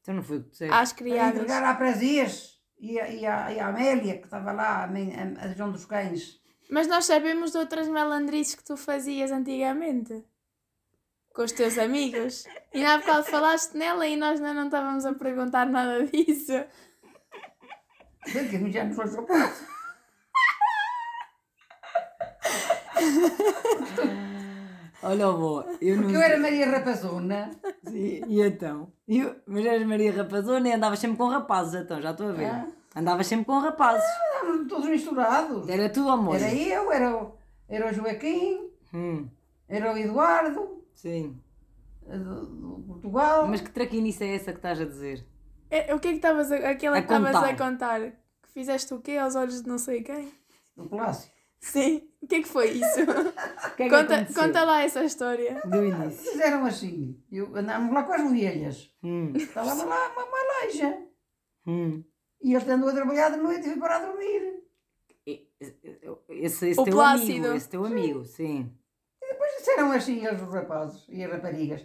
[SPEAKER 1] Então não foi o que disseste.
[SPEAKER 3] Às
[SPEAKER 2] para
[SPEAKER 3] criadas.
[SPEAKER 2] entregar à Prazias e, à- e, à, e à Amélia, que estava lá, a, men- a, a João dos Cães.
[SPEAKER 3] Mas nós sabemos de outras malandrices que tu fazias antigamente. Com os teus amigos. E na bocado falaste nela e nós ainda não estávamos a perguntar nada disso.
[SPEAKER 2] Bem que a mim já nos olhou para
[SPEAKER 1] Olha, avó, eu não.
[SPEAKER 2] Porque eu era Maria Rapazona.
[SPEAKER 1] Sim, E então? E eu- Mas eras Maria Rapazona e andavas sempre com rapazes, então, já estou a ver.
[SPEAKER 2] Ah.
[SPEAKER 1] Andavas sempre com rapazes.
[SPEAKER 2] Estavam todos misturados.
[SPEAKER 1] Era tudo amor.
[SPEAKER 2] Era eu, era o, era o Joaquim,
[SPEAKER 1] Hum,
[SPEAKER 2] era o Eduardo,
[SPEAKER 1] sim.
[SPEAKER 2] eh, do, do Portugal.
[SPEAKER 1] Mas que traquinice é essa que estás a dizer?
[SPEAKER 3] É, O que é que estavas a, aquela
[SPEAKER 1] A
[SPEAKER 3] que estavas
[SPEAKER 1] contar.
[SPEAKER 3] a contar? Que fizeste o quê aos olhos de não sei quem?
[SPEAKER 2] Do Palácio.
[SPEAKER 3] Sim. O que é que foi isso?
[SPEAKER 1] O que é que
[SPEAKER 3] conta,
[SPEAKER 1] aconteceu?
[SPEAKER 3] conta lá essa história.
[SPEAKER 1] Do início.
[SPEAKER 2] Fizeram assim. Eu, andámos lá com as moelhas.
[SPEAKER 1] Hum,
[SPEAKER 2] Estava lá uma, uma laija.
[SPEAKER 1] hum.
[SPEAKER 2] E ele andou a trabalhar de noite e foi para dormir.
[SPEAKER 1] E- Esse, esse
[SPEAKER 3] O
[SPEAKER 1] teu
[SPEAKER 3] Plácido.
[SPEAKER 1] amigo, esse teu amigo, sim.
[SPEAKER 2] Depois disseram assim eles, os rapazes e as raparigas: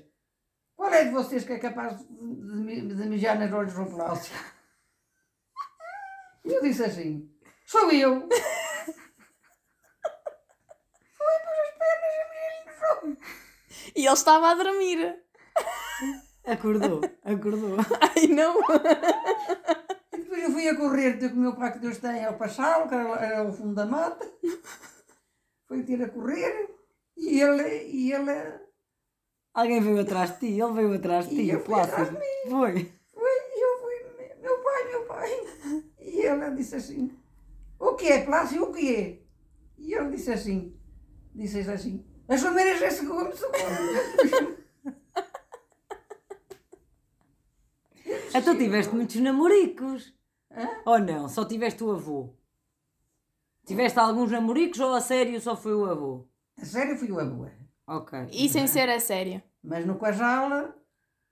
[SPEAKER 2] Qual é de vocês que é capaz de, de, de mijar nas olhos do Palácio? E eu disse assim: Sou eu!
[SPEAKER 3] E ele estava a dormir.
[SPEAKER 1] Acordou, acordou.
[SPEAKER 3] Ai não!
[SPEAKER 2] E depois eu fui a correr, que o meu pai que Deus tem ao passá-lo, que era, era o fundo da mata. Fui ter a correr e ele. E ele
[SPEAKER 1] Alguém veio atrás de ti, ele veio atrás de
[SPEAKER 2] E
[SPEAKER 1] ti,
[SPEAKER 2] eu
[SPEAKER 1] o
[SPEAKER 2] fui atrás
[SPEAKER 1] Plácido. Foi.
[SPEAKER 2] Foi, e eu fui, meu pai, meu pai. E ela disse assim, o que é, Plácio, o que é? E ele disse assim, disse assim, as primeiras é segundo, segundo.
[SPEAKER 1] Então tiveste muitos namoricos.
[SPEAKER 2] Hã?
[SPEAKER 1] Ou não, só tiveste o avô. Tiveste alguns namoricos ou a sério só foi o avô?
[SPEAKER 2] A sério, fui eu a boa.
[SPEAKER 1] Ok.
[SPEAKER 3] E sem ser a sério.
[SPEAKER 2] Mas no casal, é-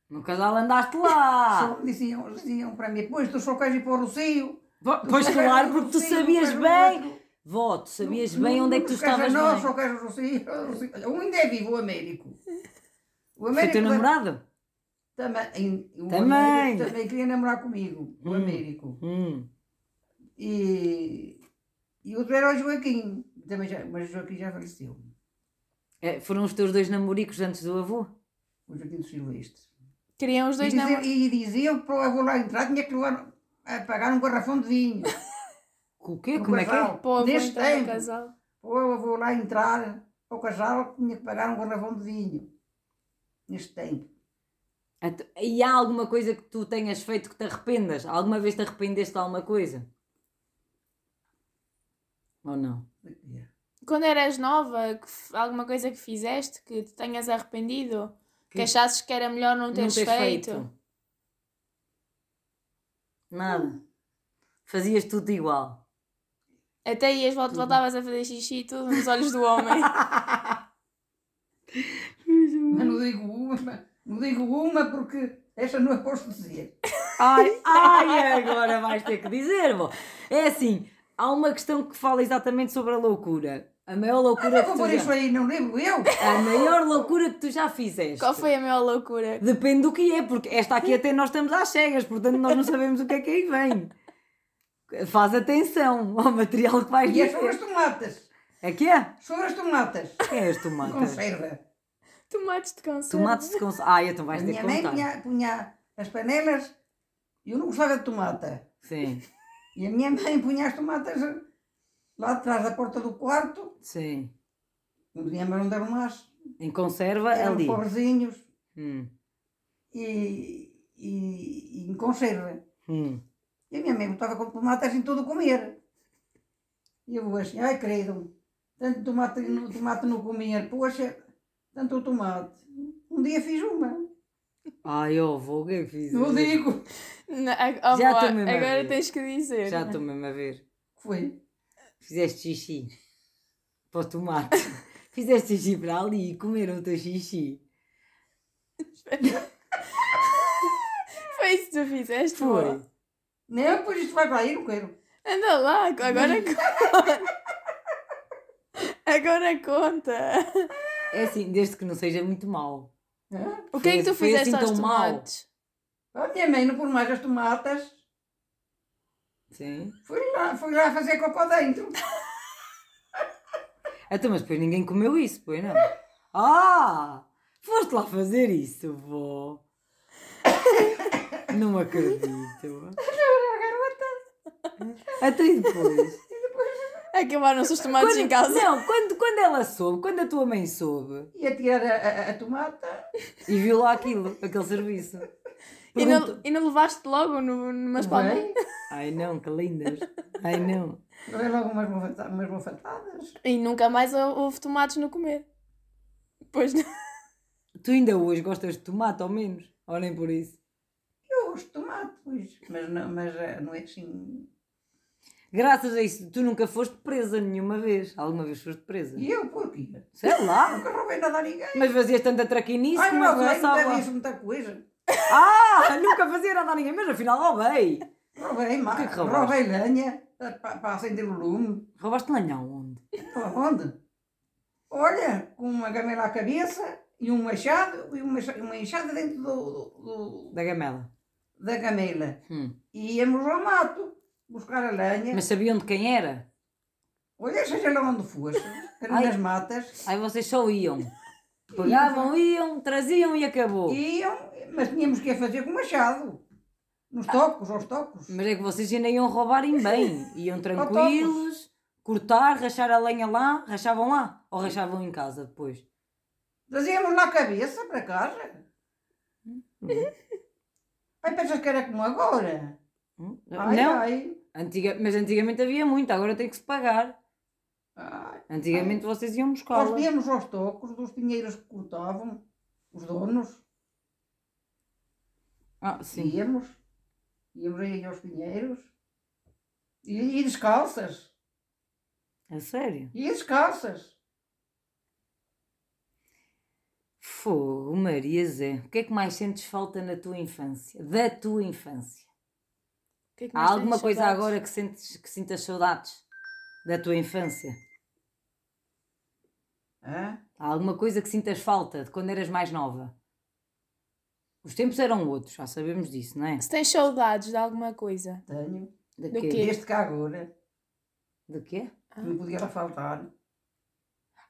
[SPEAKER 1] No casal andaste lá.
[SPEAKER 2] só diziam, diziam para mim, pois tu só queres ir para o Rocio.
[SPEAKER 1] Po- Pois claro, porque tu sabias bem. Vó, tu sabias bem onde é que tu estavas
[SPEAKER 2] Não,
[SPEAKER 1] bem.
[SPEAKER 2] só queres o Rocio. o Rocio. Olha, Um ainda é vivo, o Américo. O
[SPEAKER 1] Foi
[SPEAKER 2] Américo
[SPEAKER 1] teu
[SPEAKER 2] da-
[SPEAKER 1] namorado?
[SPEAKER 2] Também, o
[SPEAKER 1] Também.
[SPEAKER 2] Américo também queria namorar comigo, o
[SPEAKER 1] Hum.
[SPEAKER 2] Américo.
[SPEAKER 1] Hum.
[SPEAKER 2] E, e outro era o Joaquim, também já, mas o Joaquim já faleceu,
[SPEAKER 1] É, Foram os teus dois namoricos antes do avô?
[SPEAKER 2] o Joaquim do Silvestre.
[SPEAKER 3] Queriam os
[SPEAKER 2] E
[SPEAKER 3] dois
[SPEAKER 2] dizia,
[SPEAKER 3] namorar.
[SPEAKER 2] e dizia para o avô lá entrar, tinha que levar, a pagar um garrafão de vinho.
[SPEAKER 1] O quê?
[SPEAKER 2] no
[SPEAKER 1] Como é que é?
[SPEAKER 2] casal.
[SPEAKER 3] Pô, vou
[SPEAKER 2] Neste
[SPEAKER 3] entrar no
[SPEAKER 2] tempo,
[SPEAKER 3] então, um casal.
[SPEAKER 2] para o avô lá entrar, para o casal, tinha que pagar um garrafão de vinho. Neste tempo.
[SPEAKER 1] Então, E há alguma coisa que tu tenhas feito que te arrependas? Alguma vez te arrependeste de alguma coisa? Ou não?
[SPEAKER 3] Quando eras nova, que f- alguma coisa que fizeste que te tenhas arrependido? Que,
[SPEAKER 1] Que-
[SPEAKER 3] achasses que era melhor não teres, feito?
[SPEAKER 1] Nada. Fazias tudo igual.
[SPEAKER 3] Até ias, vol- voltavas a fazer xixi e tudo nos olhos do homem.
[SPEAKER 2] Mas não digo uma, não digo uma porque esta não é a posso dizer.
[SPEAKER 1] Ai, ai, agora vais ter que dizer, vó. É assim, há uma questão que fala exatamente sobre a loucura. A maior loucura
[SPEAKER 2] Eu
[SPEAKER 1] que
[SPEAKER 2] vou
[SPEAKER 1] tu
[SPEAKER 2] pôr
[SPEAKER 1] já...
[SPEAKER 2] Então isso aí, não lembro eu.
[SPEAKER 1] A maior loucura que tu já fizeste.
[SPEAKER 3] Qual foi a maior loucura?
[SPEAKER 1] Depende do que é, porque esta aqui até nós estamos às cegas, portanto nós não sabemos o que é que aí vem. Faz atenção ao material que vais
[SPEAKER 2] E é sobre
[SPEAKER 1] dizer.
[SPEAKER 2] as tomatas.
[SPEAKER 1] Aqui é?
[SPEAKER 2] Sobre as tomatas.
[SPEAKER 1] Quem és tu, Mata?
[SPEAKER 2] Conserva.
[SPEAKER 3] Tomates de conserva.
[SPEAKER 1] Tomates de conserva. Ah, então
[SPEAKER 2] A
[SPEAKER 1] vais ter que
[SPEAKER 2] minha mãe
[SPEAKER 1] contar.
[SPEAKER 2] punha, punha as panelas. Eu não gostava de tomata.
[SPEAKER 1] Sim,
[SPEAKER 2] E a minha mãe punha as tomatas lá atrás da porta do quarto.
[SPEAKER 1] sim.
[SPEAKER 2] Não tinha mais onde arrumasse.
[SPEAKER 1] Ah, Em conserva Hum,
[SPEAKER 2] Eram
[SPEAKER 1] ali.
[SPEAKER 2] pobrezinhos.
[SPEAKER 1] Hum.
[SPEAKER 2] E, e conserva.
[SPEAKER 1] Hum.
[SPEAKER 2] E a minha mãe botava com tomates em tudo comer. E eu assim, ai credo, tanto tomate, no- tomate não comer, poxa, tanto tomate. Um dia fiz uma,
[SPEAKER 1] Ai, eu vou, o que é que fiz?
[SPEAKER 2] não
[SPEAKER 1] isso?
[SPEAKER 2] digo que
[SPEAKER 3] Não, a- ó,
[SPEAKER 1] Já
[SPEAKER 3] vó,
[SPEAKER 1] estou mesmo a
[SPEAKER 3] agora
[SPEAKER 1] ver.
[SPEAKER 3] tens que dizer.
[SPEAKER 1] Já estou mesmo a ver.
[SPEAKER 2] foi.
[SPEAKER 1] Fizeste xixi para o tomate. Fizeste xixi para ali e comeram o teu xixi.
[SPEAKER 3] Foi isso que tu fizeste,
[SPEAKER 1] Foi.
[SPEAKER 3] vó.
[SPEAKER 2] Não, pois isto vai para aí, não quero.
[SPEAKER 3] Anda lá, agora conta. Agora conta.
[SPEAKER 1] É assim, desde que não seja muito mau.
[SPEAKER 2] Hã?
[SPEAKER 3] O que é que
[SPEAKER 1] Foi-
[SPEAKER 3] tu
[SPEAKER 1] foi
[SPEAKER 3] fizeste
[SPEAKER 1] assim
[SPEAKER 3] aos
[SPEAKER 1] tão mal?
[SPEAKER 3] tomates?
[SPEAKER 2] A minha mãe não pôs mais as tomatas,
[SPEAKER 1] Sim.
[SPEAKER 2] fui lá, fui lá fazer cocô dentro.
[SPEAKER 1] Então, mas depois ninguém comeu isso, pois não? Ah! Foste lá fazer isso, vó. Não acredito. Até Então, e depois.
[SPEAKER 3] É Acabaram-se os tomates em casa.
[SPEAKER 1] Não, quando, quando ela soube, quando a tua mãe soube
[SPEAKER 2] Ia tirar a, a- a tomata,
[SPEAKER 1] e viu lá aquilo, aquele serviço.
[SPEAKER 3] E
[SPEAKER 1] perguntou-
[SPEAKER 3] não, e não levaste logo no, numas palmas?
[SPEAKER 2] bem,
[SPEAKER 1] Ai não, que lindas. Ai não.
[SPEAKER 2] é? levei logo umas bofeta- umas bofetadas.
[SPEAKER 3] E nunca mais hou- houve tomates no comer. Pois não.
[SPEAKER 1] Tu ainda hoje gostas de tomate, ao menos? Ou nem por isso?
[SPEAKER 2] Eu gosto de tomate, pois, mas não, mas eh, não é assim.
[SPEAKER 1] Graças a isso, tu nunca foste presa nenhuma vez. Alguma vez foste presa?
[SPEAKER 2] E eu, porquê?
[SPEAKER 1] Sei lá.
[SPEAKER 2] Nunca roubei nada a ninguém.
[SPEAKER 1] Mas fazias tanta traquinice
[SPEAKER 2] Ai,
[SPEAKER 1] que não
[SPEAKER 2] meu bem, é
[SPEAKER 1] passava.
[SPEAKER 2] nunca disse muita coisa.
[SPEAKER 1] Ah, nunca fazia nada a ninguém, mas afinal, ó bem.
[SPEAKER 2] Roubei, ma-
[SPEAKER 1] que roubaste?
[SPEAKER 2] roubei lenha para acender o lume.
[SPEAKER 1] Roubaste lenha aonde?
[SPEAKER 2] Para onde? Olha, com uma gamela à cabeça e um machado e uma, enxa- uma enxada dentro do, do- do-
[SPEAKER 1] Da gamela.
[SPEAKER 2] da gamela.
[SPEAKER 1] Hum.
[SPEAKER 2] E íamos ao mato buscar a lenha.
[SPEAKER 1] Mas sabiam de quem era?
[SPEAKER 2] Olha, seja lá onde fosse, era
[SPEAKER 1] Ai.
[SPEAKER 2] nas matas.
[SPEAKER 1] Aí vocês só iam. Pegavam, iam, traziam e acabou.
[SPEAKER 2] E iam, mas tínhamos que a fazer com machado. Nos tocos, aos tocos.
[SPEAKER 1] Mas é que vocês ainda iam roubarem bem. Iam tranquilos, cortar, rachar a lenha lá, rachavam lá. Ou rachavam em casa depois.
[SPEAKER 2] Trazíamos lá a cabeça para casa.
[SPEAKER 3] Uhum.
[SPEAKER 2] Ai, pensas que era como agora?
[SPEAKER 1] Hum?
[SPEAKER 2] Ai,
[SPEAKER 1] não,
[SPEAKER 2] ai.
[SPEAKER 1] Antiga- mas antigamente havia muito, agora tem que se pagar.
[SPEAKER 2] ai.
[SPEAKER 1] Antigamente vocês iam buscar.
[SPEAKER 3] é?
[SPEAKER 2] Nós víamos aos tocos dos pinheiros que cortavam, os donos,
[SPEAKER 1] Ah, sim.
[SPEAKER 2] íamos, íamos aí aos pinheiros, e, e descalças,
[SPEAKER 1] A sério?
[SPEAKER 2] e descalças.
[SPEAKER 1] Fogo, Maria Zé. O que é que mais sentes falta na tua infância? Da tua infância?
[SPEAKER 3] O que é que mais
[SPEAKER 1] Há alguma
[SPEAKER 3] tens
[SPEAKER 1] coisa
[SPEAKER 3] saudades?
[SPEAKER 1] agora que, sentes, que sintas saudades da tua infância?
[SPEAKER 2] Hã?
[SPEAKER 1] Há alguma coisa que sintas falta de quando eras mais nova? Os tempos eram outros, já sabemos disso, não é?
[SPEAKER 3] Se tens saudades de alguma coisa.
[SPEAKER 2] Tenho.
[SPEAKER 1] De
[SPEAKER 3] Do
[SPEAKER 1] quê?
[SPEAKER 3] quê?
[SPEAKER 2] Desde cá agora,
[SPEAKER 1] Do quê?
[SPEAKER 2] que
[SPEAKER 3] Ah.
[SPEAKER 2] não podia lá faltar.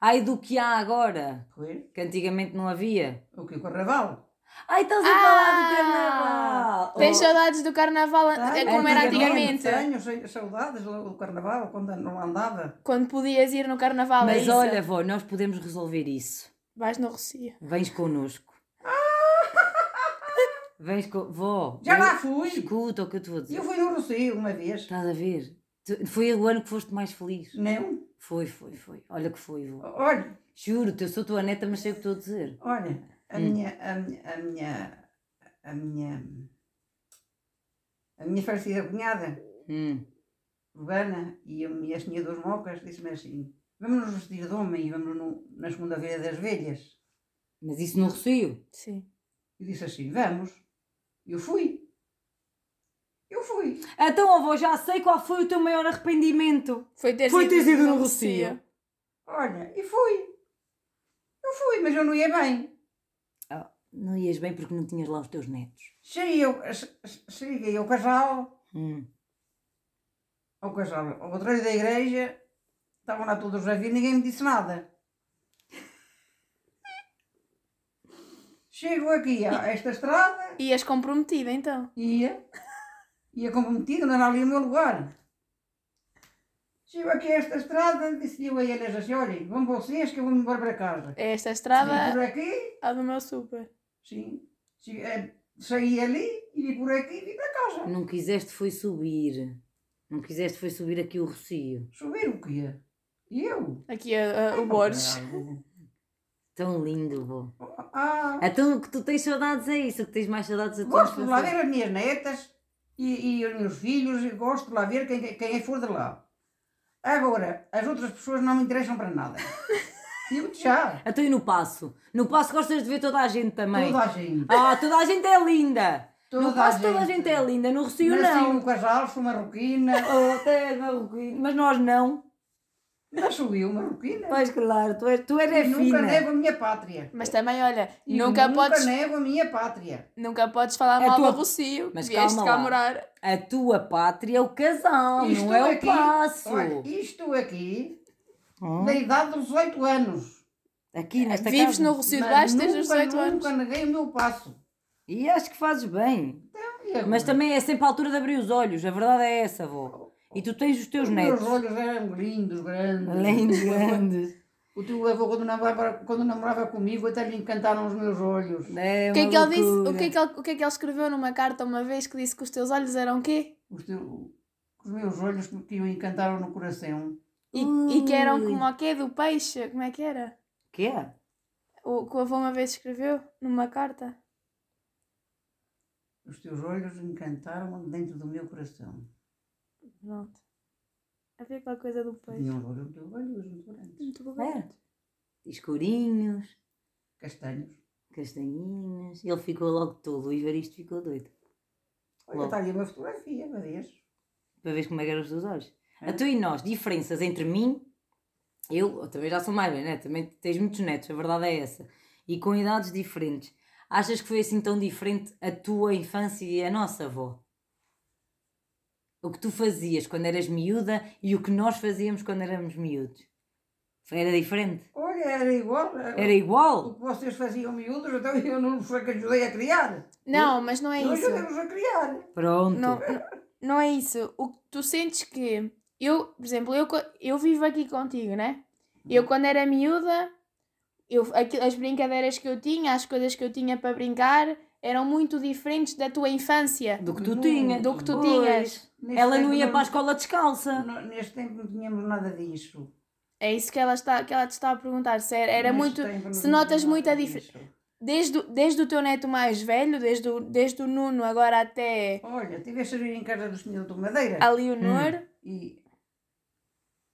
[SPEAKER 1] Ai, do que há agora,
[SPEAKER 2] Foi
[SPEAKER 1] que antigamente não havia.
[SPEAKER 2] o que? O carnaval.
[SPEAKER 1] Ai, estás a
[SPEAKER 3] Ah!
[SPEAKER 1] falar do carnaval!
[SPEAKER 3] Tens
[SPEAKER 1] Oh,
[SPEAKER 3] saudades do carnaval é
[SPEAKER 2] Tenho,
[SPEAKER 3] como era
[SPEAKER 1] antigamente.
[SPEAKER 3] antigamente.
[SPEAKER 2] Tenho sa- saudades do carnaval, quando não andava.
[SPEAKER 3] Quando podias ir no carnaval. é
[SPEAKER 1] mas
[SPEAKER 3] isso?
[SPEAKER 1] olha, vó, nós podemos resolver isso.
[SPEAKER 3] Vais no Rocio.
[SPEAKER 1] Vens connosco. Vens com. Vó,
[SPEAKER 2] Já
[SPEAKER 1] eu-
[SPEAKER 2] lá fui.
[SPEAKER 1] escuta o que eu te vou dizer.
[SPEAKER 2] Eu fui no Rocio uma vez.
[SPEAKER 1] Estás a ver? Tu- Foi o ano que foste mais feliz.
[SPEAKER 2] Não.
[SPEAKER 1] Foi, foi, foi. Olha que foi, vó.
[SPEAKER 2] Olha,
[SPEAKER 1] Juro-te, eu sou tua neta, mas sei o que estou a dizer.
[SPEAKER 2] olha, a
[SPEAKER 1] Hum.
[SPEAKER 2] minha, a minha, a minha, a minha, a minha falecida cunhada,
[SPEAKER 1] Hum.
[SPEAKER 2] Vana, e a minha senhora dos mocas, disse-me assim, vamos nos vestir de homem e vamos no- na segunda-feira das velhas.
[SPEAKER 1] Mas isso não recio.
[SPEAKER 3] Sim.
[SPEAKER 2] E disse assim, vamos. Eu fui. Eu fui.
[SPEAKER 1] Então, avó, já sei qual foi o teu maior arrependimento.
[SPEAKER 3] Foi ter
[SPEAKER 1] Foi ter sido no
[SPEAKER 3] Rocio.
[SPEAKER 1] Rocio.
[SPEAKER 2] Olha, e fui. Eu fui, mas eu não ia bem.
[SPEAKER 1] Não ias bem porque não tinhas lá os teus netos.
[SPEAKER 2] Cheguei ao, che- cheguei ao casal,
[SPEAKER 1] Hum.
[SPEAKER 2] ao casal, ao contrário da igreja, estavam lá todos a vir, ninguém me disse nada. Chego aqui a esta estrada,
[SPEAKER 3] E és comprometida então.
[SPEAKER 2] ia, ia comprometido, não era ali o meu lugar. Chego aqui a esta estrada, disse-lhe eu a eles assim, olhem, vão vocês que eu vou-me embora para casa.
[SPEAKER 3] É esta
[SPEAKER 2] Vim
[SPEAKER 3] estrada,
[SPEAKER 2] por aqui,
[SPEAKER 3] a do meu super.
[SPEAKER 2] sim, che- eh, saí ali e e vim por aqui e vim para casa.
[SPEAKER 1] Não quiseste foi subir. Não quiseste foi subir aqui o Rocio.
[SPEAKER 2] Subir o quê? E eu?
[SPEAKER 3] Aqui a- a- o Borges.
[SPEAKER 1] Tão lindo, vô.
[SPEAKER 2] Ah,
[SPEAKER 1] Então o que tu tens saudades é isso, o que tens mais saudades da tua
[SPEAKER 2] Gosto de lá
[SPEAKER 1] infância.
[SPEAKER 2] ver as minhas netas e, e os meus filhos, e gosto de lá ver quem, quem- quem for de lá. Agora, as outras pessoas não me interessam para nada. Digo-te já.
[SPEAKER 1] Então e no passo? No passo gostas de ver toda a gente também.
[SPEAKER 2] Toda a gente.
[SPEAKER 1] Ah, toda a gente é linda! no
[SPEAKER 2] Toda a
[SPEAKER 1] passo
[SPEAKER 2] gente.
[SPEAKER 1] toda a gente é linda, no Rocio
[SPEAKER 2] Nasci
[SPEAKER 1] não.
[SPEAKER 2] num casal, sou marroquina.
[SPEAKER 1] Oh, até és marroquino, mas nós não.
[SPEAKER 2] Mas sou eu, marroquina.
[SPEAKER 1] Pois claro, tu és, tu és é
[SPEAKER 2] E nunca
[SPEAKER 1] fina.
[SPEAKER 2] nego a minha pátria.
[SPEAKER 3] Mas também, olha,
[SPEAKER 2] E
[SPEAKER 3] nunca, podes,
[SPEAKER 2] nego a minha pátria.
[SPEAKER 3] nunca podes falar
[SPEAKER 1] É
[SPEAKER 3] mal
[SPEAKER 1] tua-
[SPEAKER 3] do Rocio.
[SPEAKER 1] Mas
[SPEAKER 3] Mas vieste
[SPEAKER 1] calma
[SPEAKER 3] cá
[SPEAKER 1] lá.
[SPEAKER 3] morar.
[SPEAKER 1] A tua pátria é o casal,
[SPEAKER 2] Isto
[SPEAKER 1] não é
[SPEAKER 2] aqui-
[SPEAKER 1] o passo.
[SPEAKER 2] Olha, isto aqui,
[SPEAKER 1] Hum?
[SPEAKER 2] da idade dos 18 anos.
[SPEAKER 1] Aqui nesta
[SPEAKER 3] Vives
[SPEAKER 1] casa.
[SPEAKER 3] no Rocio de
[SPEAKER 2] Mas
[SPEAKER 3] Baixo desde os
[SPEAKER 2] nunca,
[SPEAKER 3] 18 anos.
[SPEAKER 2] Nunca neguei o meu passo.
[SPEAKER 1] E acho que fazes bem.
[SPEAKER 2] E agora?
[SPEAKER 1] Mas também é sempre a altura de abrir os olhos, a verdade é essa, avô. E tu tens os teus
[SPEAKER 2] Os
[SPEAKER 1] netos.
[SPEAKER 2] meus olhos eram lindos, grandes.
[SPEAKER 1] Lindos, é. grandes.
[SPEAKER 2] O teu avô, quando namorava, quando namorava comigo, até lhe encantaram os meus olhos.
[SPEAKER 1] É
[SPEAKER 3] O que é que
[SPEAKER 1] uma
[SPEAKER 3] ele disse? O
[SPEAKER 1] loucura.
[SPEAKER 3] que é que ele, o que é que ele escreveu numa carta uma vez que disse que os teus olhos eram quê?
[SPEAKER 2] Os, teu- os meus olhos que que o encantaram no coração.
[SPEAKER 3] E, e que eram
[SPEAKER 1] Ui.
[SPEAKER 3] como o quê? Do peixe? Como é que era?
[SPEAKER 1] Que é?
[SPEAKER 3] O que o avô uma vez escreveu numa carta.
[SPEAKER 2] Os teus olhos encantaram dentro do meu coração.
[SPEAKER 3] Pronto. Havia aquela coisa do peixe.
[SPEAKER 2] Tinham um olho, teu olho, muito grandes.
[SPEAKER 3] Muito bom.
[SPEAKER 1] é? Escurinhos,
[SPEAKER 2] Castanhos.
[SPEAKER 1] castanhinhas. Ele ficou logo todo, o Ivaristo ficou doido.
[SPEAKER 2] Olha,
[SPEAKER 1] Bom.
[SPEAKER 2] está ali uma fotografia, uma vez.
[SPEAKER 1] Para ver como é que eram os teus olhos.
[SPEAKER 2] É.
[SPEAKER 1] A tu e nós, diferenças entre mim, eu eu também já sou mais velha, né? Também tens muitos netos, a verdade é essa. E com idades diferentes. Achas que foi assim tão diferente a tua infância e a nossa avó? O que tu fazias quando eras miúda e o que nós fazíamos quando éramos miúdos? Era diferente?
[SPEAKER 2] Olha, era igual.
[SPEAKER 1] Era
[SPEAKER 2] O
[SPEAKER 1] igual?
[SPEAKER 2] que vocês faziam miúdos, então eu não vos ajudei a criar.
[SPEAKER 3] Não, mas não é
[SPEAKER 2] eu
[SPEAKER 3] isso.
[SPEAKER 2] ajudei-vos a criar.
[SPEAKER 1] Pronto.
[SPEAKER 3] Não, não- não é isso. O que tu sentes que. Eu, por exemplo, eu, co- eu vivo aqui contigo, né? Eu, quando era miúda, eu, aqui- as brincadeiras que eu tinha, as coisas que eu tinha para brincar, eram muito diferentes da tua infância.
[SPEAKER 1] Do que tu
[SPEAKER 2] Do-
[SPEAKER 1] tinhas.
[SPEAKER 3] do que tu
[SPEAKER 1] Pois.
[SPEAKER 3] tinhas. é
[SPEAKER 2] Neste
[SPEAKER 1] Ela não
[SPEAKER 2] tempo
[SPEAKER 1] ia para a escola descalça.
[SPEAKER 2] não- Neste tempo não tínhamos nada disso.
[SPEAKER 3] É isso que ela, está, que ela te está a perguntar. Se era, era
[SPEAKER 2] Neste
[SPEAKER 3] muito.
[SPEAKER 2] tempo não
[SPEAKER 3] se
[SPEAKER 2] tínhamos
[SPEAKER 3] notas
[SPEAKER 2] nada
[SPEAKER 3] muita dif-
[SPEAKER 2] disso.
[SPEAKER 3] Desde, o- desde o teu neto mais velho, desde o, desde o Nuno agora até
[SPEAKER 2] Olha, estiveste a vir em casa do senhor do Madeira
[SPEAKER 3] a Leonor,
[SPEAKER 2] e,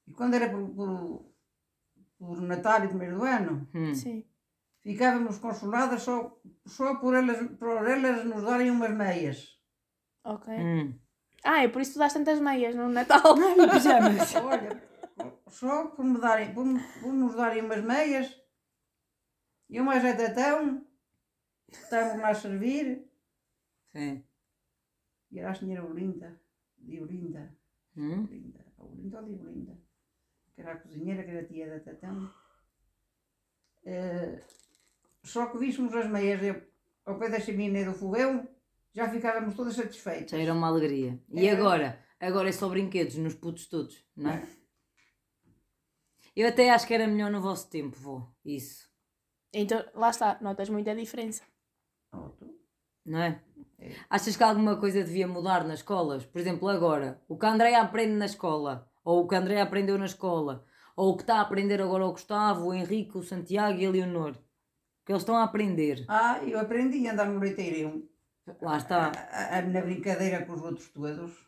[SPEAKER 2] e quando era por, por, por Natal e primeiro do ano,
[SPEAKER 1] Hum.
[SPEAKER 3] sim.
[SPEAKER 2] ficávamos consoladas só, só por, elas, por elas nos darem umas meias.
[SPEAKER 3] Ok.
[SPEAKER 1] Hum.
[SPEAKER 3] Ah, é por isso que tu dás tantas meias no Natal.
[SPEAKER 1] E pijamas.
[SPEAKER 2] Olha, só por, me darem, por, me- por nos darem umas meias e uma jeitadão, estávamos lá a servir
[SPEAKER 1] Sim.
[SPEAKER 2] e era a senhora Olinda, de Olinda.
[SPEAKER 1] Hum.
[SPEAKER 2] Linda, ou linda ou linda, que era a cozinheira, que era a tia da Tatão. Eh, só que víssemos as meias de- ao pé da chaminé do fogão, já ficávamos todas satisfeitas.
[SPEAKER 1] Já era uma alegria. E
[SPEAKER 2] Era.
[SPEAKER 1] agora? Agora é só brinquedos nos putos todos, não é? Eu até acho que era melhor no vosso tempo, vou. Isso,
[SPEAKER 3] Então, lá está, notas muita diferença.
[SPEAKER 2] Oh, tu?
[SPEAKER 1] não é?
[SPEAKER 2] É.
[SPEAKER 1] Achas que alguma coisa devia mudar nas escolas? Por exemplo, agora, o que a Andréia aprende na escola, ou o que a Andréia aprendeu na escola, ou o que está a aprender agora o Gustavo, o Henrique, o Santiago e a Leonor, que eles estão a aprender.
[SPEAKER 2] Ah, eu aprendi a andar no leiteirinho,
[SPEAKER 1] Lá está.
[SPEAKER 2] a, a, na brincadeira com os outros todos.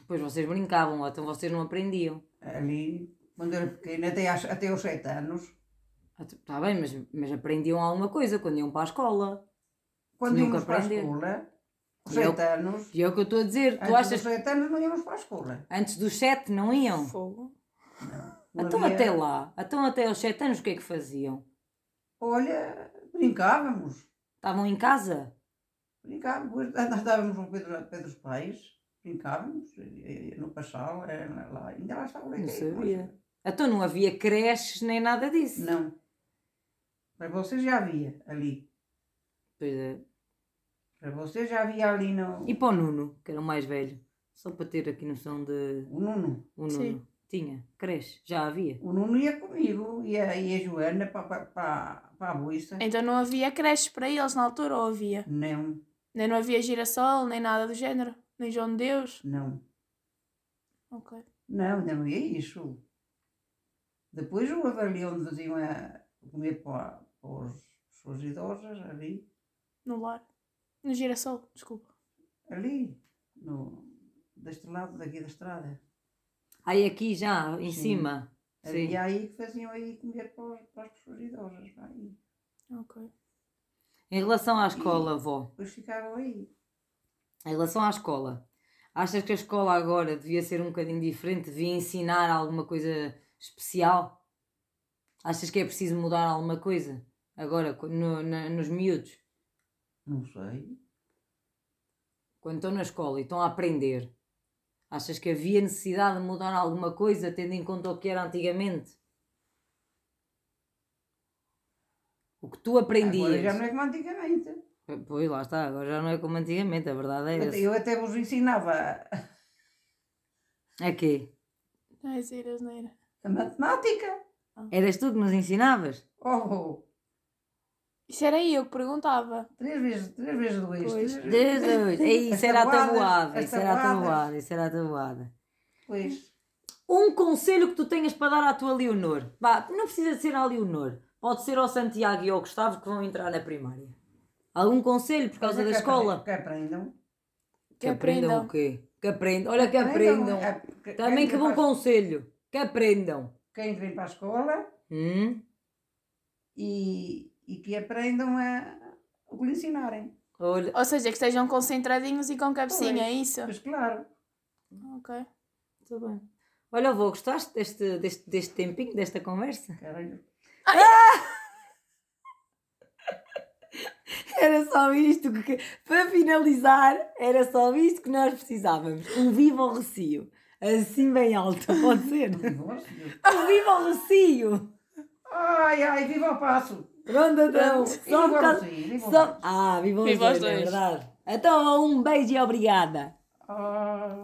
[SPEAKER 1] Depois vocês brincavam, ou então vocês não aprendiam.
[SPEAKER 2] Ali, quando era pequena, até, às- até aos sete anos.
[SPEAKER 1] Está Tá bem, mas, mas aprendiam alguma coisa quando iam para a escola.
[SPEAKER 2] Quando
[SPEAKER 1] Tinham que
[SPEAKER 2] íamos para a
[SPEAKER 1] aprender.
[SPEAKER 2] escola, aos
[SPEAKER 1] Eu-
[SPEAKER 2] sete anos,
[SPEAKER 1] E é o que eu estou a dizer.
[SPEAKER 2] antes
[SPEAKER 1] Tu achas
[SPEAKER 2] dos sete anos não íamos para a escola.
[SPEAKER 1] Antes dos 7 não iam?
[SPEAKER 3] Fogo.
[SPEAKER 2] Não
[SPEAKER 1] Então
[SPEAKER 2] havia-
[SPEAKER 1] até lá, então até aos 7 anos o que é que faziam?
[SPEAKER 2] Olha, brincávamos.
[SPEAKER 1] Estavam em casa?
[SPEAKER 2] Brincávamos, nós estávamos com o Pedro, ao pé dos pais, brincávamos, eh, no Paixal, eh, lá, ainda lá estava o
[SPEAKER 1] Não
[SPEAKER 2] leiteiro,
[SPEAKER 1] sabia. Então não havia creches nem nada
[SPEAKER 2] mas-
[SPEAKER 1] disso.
[SPEAKER 2] Não. Para vocês já havia ali.
[SPEAKER 1] Pois é.
[SPEAKER 2] Para vocês já havia ali no.
[SPEAKER 1] E para o Nuno, que era o mais velho, só para ter aqui noção de
[SPEAKER 2] O Nuno.
[SPEAKER 1] o Nuno.
[SPEAKER 3] Sim.
[SPEAKER 1] Tinha creche, já havia.
[SPEAKER 2] O Nuno ia comigo e a, e a Joana para, para, para, para a Buíça.
[SPEAKER 1] É.
[SPEAKER 3] Então não havia creches para eles na altura, ou havia?
[SPEAKER 2] Não.
[SPEAKER 3] Nem não havia girassol, nem nada do género. Nem João de Deus.
[SPEAKER 2] Não.
[SPEAKER 3] Ok.
[SPEAKER 2] Não, não é isso. Depois eu avalia onde iam a comer para, para as pessoas idosas, ali,
[SPEAKER 3] No lar. No girassol, desculpa.
[SPEAKER 2] ali, no, deste lado daqui da estrada.
[SPEAKER 1] Aí aqui já, em
[SPEAKER 2] Sim.
[SPEAKER 1] cima. Sim.
[SPEAKER 2] Havia aí que faziam aí comer para, os- para as pessoas idosas. pá, e
[SPEAKER 3] Ok.
[SPEAKER 1] Em relação à escola, avó.
[SPEAKER 2] depois ficaram aí.
[SPEAKER 1] Em relação à escola, achas que a escola agora devia ser um bocadinho diferente? Devia ensinar alguma coisa especial? Achas que é preciso mudar alguma coisa agora co- no- na- nos miúdos?
[SPEAKER 2] Não sei.
[SPEAKER 1] Quando estão na escola e estão a aprender, achas que havia necessidade de mudar alguma coisa tendo em conta o que era antigamente? O que tu aprendias.
[SPEAKER 2] Agora já não é como antigamente.
[SPEAKER 1] Pois lá está, agora já não é como antigamente, a verdade é essa.
[SPEAKER 2] Eu até vos ensinava
[SPEAKER 1] É Aqui.
[SPEAKER 3] Ai, zeiras, neira.
[SPEAKER 2] a matemática.
[SPEAKER 1] Eras tu que nos ensinavas?
[SPEAKER 2] Oh,
[SPEAKER 3] Isso era eu que perguntava.
[SPEAKER 2] três vezes, três vezes dois.
[SPEAKER 3] Pois.
[SPEAKER 2] três vezes-
[SPEAKER 1] Jesus, ei,
[SPEAKER 2] As
[SPEAKER 1] isso era a
[SPEAKER 2] tabuadas,
[SPEAKER 1] tabuada,
[SPEAKER 2] as
[SPEAKER 1] isso era a
[SPEAKER 2] tabuadas.
[SPEAKER 1] tabuada, isso era a tabuada.
[SPEAKER 2] Pois.
[SPEAKER 1] Um conselho que tu tenhas para dar à tua Leonor. Vá, não precisa de ser à Leonor. Pode ser ao Santiago e ao Gustavo que vão entrar na primária. Algum conselho por causa da
[SPEAKER 2] é Que apre-
[SPEAKER 1] escola?
[SPEAKER 2] Que aprendam.
[SPEAKER 3] Que aprendam.
[SPEAKER 1] o quê? Que aprendam. Olha que aprendam.
[SPEAKER 2] a- que-
[SPEAKER 1] Também
[SPEAKER 2] quem
[SPEAKER 1] que
[SPEAKER 2] vem
[SPEAKER 1] bom
[SPEAKER 2] para a-
[SPEAKER 1] conselho. Que aprendam.
[SPEAKER 2] Quem vem para a escola
[SPEAKER 1] Hum?
[SPEAKER 2] e, e que aprendam a o que lhe ensinarem.
[SPEAKER 1] Olha,
[SPEAKER 3] Ou seja, que estejam concentradinhos e com cabecinha,
[SPEAKER 2] Pois.
[SPEAKER 3] é isso?
[SPEAKER 2] Mas claro,
[SPEAKER 3] Ok.
[SPEAKER 1] está bem. Olha, avô, gostaste deste, deste, deste tempinho, desta conversa?
[SPEAKER 2] caralho.
[SPEAKER 1] Era só isto que, para finalizar, era só isto que nós precisávamos. Um viva ao recio. Assim bem alto, pode ser?
[SPEAKER 2] divórcio.
[SPEAKER 1] Um viva ao recio!
[SPEAKER 2] Ai, ai, viva ao passo.
[SPEAKER 1] Pronto, então.
[SPEAKER 2] E viva
[SPEAKER 1] Só
[SPEAKER 2] ao
[SPEAKER 1] por causa.
[SPEAKER 2] Rocinho, viva ao
[SPEAKER 1] Só...
[SPEAKER 2] passo.
[SPEAKER 1] Ah, viva aos
[SPEAKER 3] Viva aos
[SPEAKER 1] dois, é
[SPEAKER 3] dois.
[SPEAKER 1] verdade. Então, um beijo e obrigada.
[SPEAKER 2] Ah.